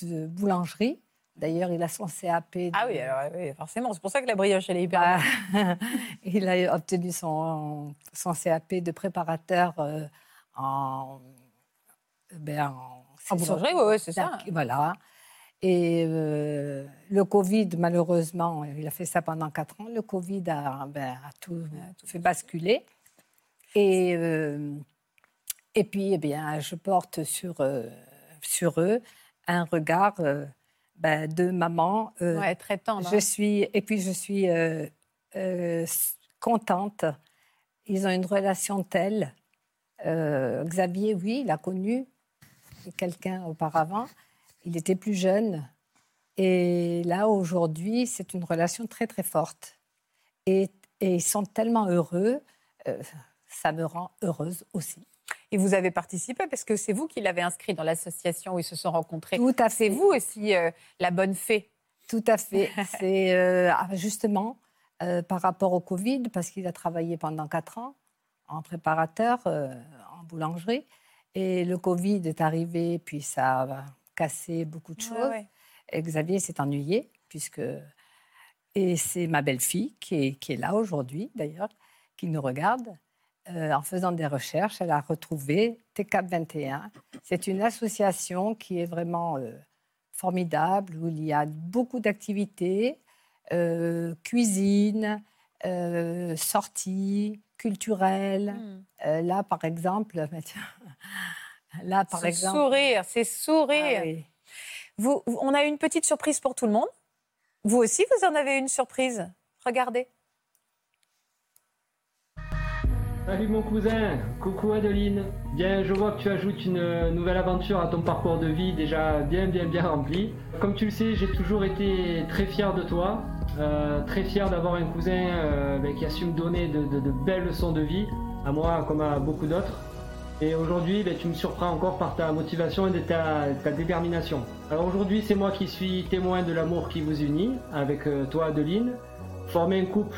Speaker 18: de boulangerie. D'ailleurs, il a son CAP. de-
Speaker 1: Ah oui, alors, oui, forcément. C'est pour ça que la brioche, elle est hyper bonne.
Speaker 18: il a obtenu son, son CAP de préparateur euh, en, ben, en,
Speaker 1: En boulangerie, ouais, ouais, c'est ça.
Speaker 18: Voilà. Et euh, le Covid, malheureusement, il a fait ça pendant quatre ans. Le Covid a, ben, a tout, tout fait basculer. Et, euh, et puis, eh bien, je porte sur, euh, sur eux un regard euh, ben, de maman. euh,
Speaker 1: Ouais, très tendre,
Speaker 18: Je
Speaker 1: hein.
Speaker 18: suis, et puis, je suis euh, euh, s- contente. Ils ont une relation telle. euh, Xavier, oui, il a connu quelqu'un auparavant. Il était plus jeune. Et là, aujourd'hui, c'est une relation très, très forte. Et, et ils sont tellement heureux, euh, ça me rend heureuse aussi.
Speaker 1: Et vous avez participé parce que c'est vous qui l'avez inscrit dans l'association où ils se sont rencontrés.
Speaker 18: Tout à
Speaker 1: C'est vous aussi euh, la bonne fée.
Speaker 18: Tout à fait. C'est euh, ah, justement euh, par rapport au Covid, parce qu'il a travaillé pendant quatre ans en préparateur euh, en boulangerie. Et le Covid est arrivé, puis ça a cassé beaucoup de
Speaker 1: Ouais,
Speaker 18: choses.
Speaker 1: ouais.
Speaker 18: Et Xavier s'est ennuyé, puisque. Et c'est ma belle-fille qui est, qui est là aujourd'hui, d'ailleurs, qui nous regarde. Euh, en faisant des recherches, elle a retrouvé TCAP 21. C'est une association qui est vraiment euh, formidable, où il y a beaucoup d'activités, euh, cuisine, euh,
Speaker 1: Hmm.
Speaker 18: sorties culturelles. Euh, là, par exemple, bah, tiens, Là, par
Speaker 1: Ce
Speaker 18: exemple.
Speaker 1: sourire, c'est sourire.
Speaker 18: Ah oui.
Speaker 1: Vous- vous- on a une petite surprise pour tout le monde. Vous aussi, vous en avez une surprise. Regardez.
Speaker 19: Salut mon cousin, coucou Adeline. Bien, je vois que tu ajoutes une euh, nouvelle aventure à ton parcours de vie déjà bien bien bien rempli. Comme tu le sais, j'ai toujours été très fier de toi, euh, très fier d'avoir un cousin euh, ben, qui a su me donner de, de- de belles leçons de vie, à moi comme à beaucoup d'autres. Et aujourd'hui, ben, tu me surprends encore par ta motivation et de ta, ta détermination. Alors aujourd'hui, c'est moi qui suis témoin de l'amour qui vous unit avec euh, toi Adeline. Former un couple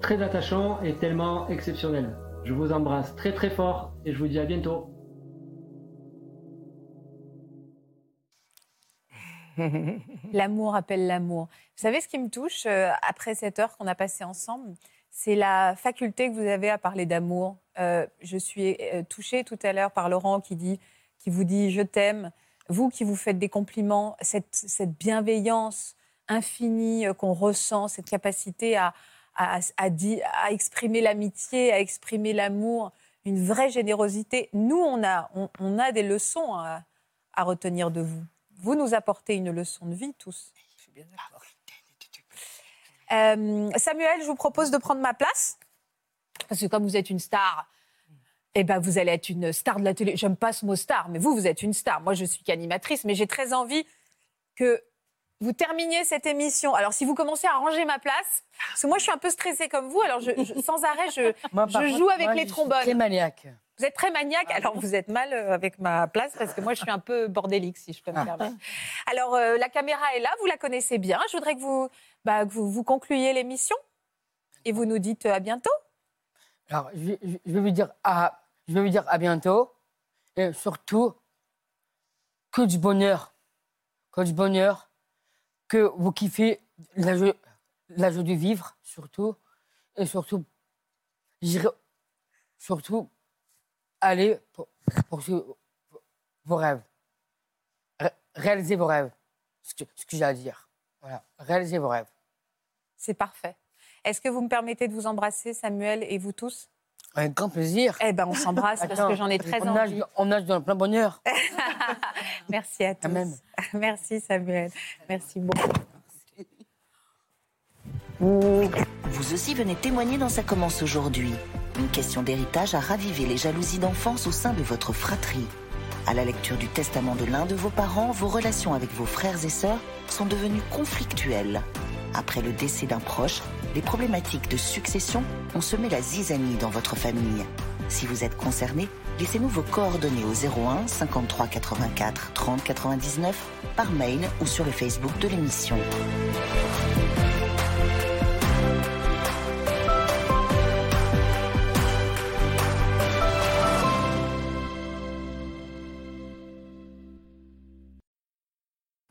Speaker 19: très attachant et tellement exceptionnel. Je vous embrasse très très fort et je vous dis à bientôt.
Speaker 1: L'amour appelle l'amour. Vous savez ce qui me touche euh, après cette heure qu'on a passée ensemble C'est la faculté que vous avez à parler d'amour. Euh, je suis euh, touchée tout à l'heure par Laurent qui, dit, qui vous dit je t'aime. Vous qui vous faites des compliments, cette, cette bienveillance infinie euh, qu'on ressent, cette capacité à, à, à di- à exprimer l'amitié, à exprimer l'amour, une vraie générosité. Nous, on a, on- on a des leçons à, à retenir de vous. Vous nous apportez une leçon de vie tous. Euh, Samuel, je vous propose de prendre ma place. Parce que comme vous êtes une star, eh ben vous allez être une star de la télé. J'aime pas ce mot star, mais vous, vous êtes une star. Moi, je suis qu'animatrice, mais j'ai très envie que vous terminiez cette émission. Alors, si vous commencez à ranger ma place, parce que moi, je suis un peu stressée comme vous, alors je, je- sans arrêt, je,
Speaker 2: Moi, par
Speaker 1: je
Speaker 2: contre,
Speaker 1: joue avec
Speaker 2: moi,
Speaker 1: les
Speaker 2: je suis
Speaker 1: trombones.
Speaker 2: très maniaque. Ah
Speaker 1: Vous êtes très maniaque, alors vous êtes mal euh, avec ma place parce que moi je suis un peu bordélique si je peux me
Speaker 2: Ah.
Speaker 1: permettre. Alors euh, la caméra est là, vous la connaissez bien. Je voudrais que vous, bah, que vous, vous concluiez l'émission et vous nous dites euh, à bientôt.
Speaker 2: Alors, je, je- je vais vous dire à, je vais vous dire à bientôt. Et surtout, que du bonheur. Que du bonheur. Que vous kiffez la, joie- la joie de vivre, surtout. Et surtout, j'irai surtout aller pour, pour ce- vos rêves. Ré- réalisez vos rêves. Ce que, ce que j'ai à dire. Voilà. Réalisez vos rêves.
Speaker 1: C'est parfait. Est-ce que vous me permettez de vous embrasser, Samuel et vous tous
Speaker 2: Avec grand plaisir.
Speaker 1: Eh ben, on s'embrasse parce que j'en ai très
Speaker 2: on nage-
Speaker 1: envie.
Speaker 2: on nage dans le plein bonheur.
Speaker 1: Merci à tous. Merci Samuel. Merci beaucoup.
Speaker 8: Vous aussi venez témoigner dans Ça commence aujourd'hui. Une question d'héritage à raviver les jalousies d'enfance au sein de votre fratrie. À la lecture du testament de l'un de vos parents, vos relations avec vos frères et sœurs sont devenues conflictuelles. Après le décès d'un proche, les problématiques de succession ont semé la zizanie dans votre famille. Si vous êtes concerné, laissez-nous vos coordonnées au 01 53 84 30 99 par mail ou sur le Facebook de l'émission.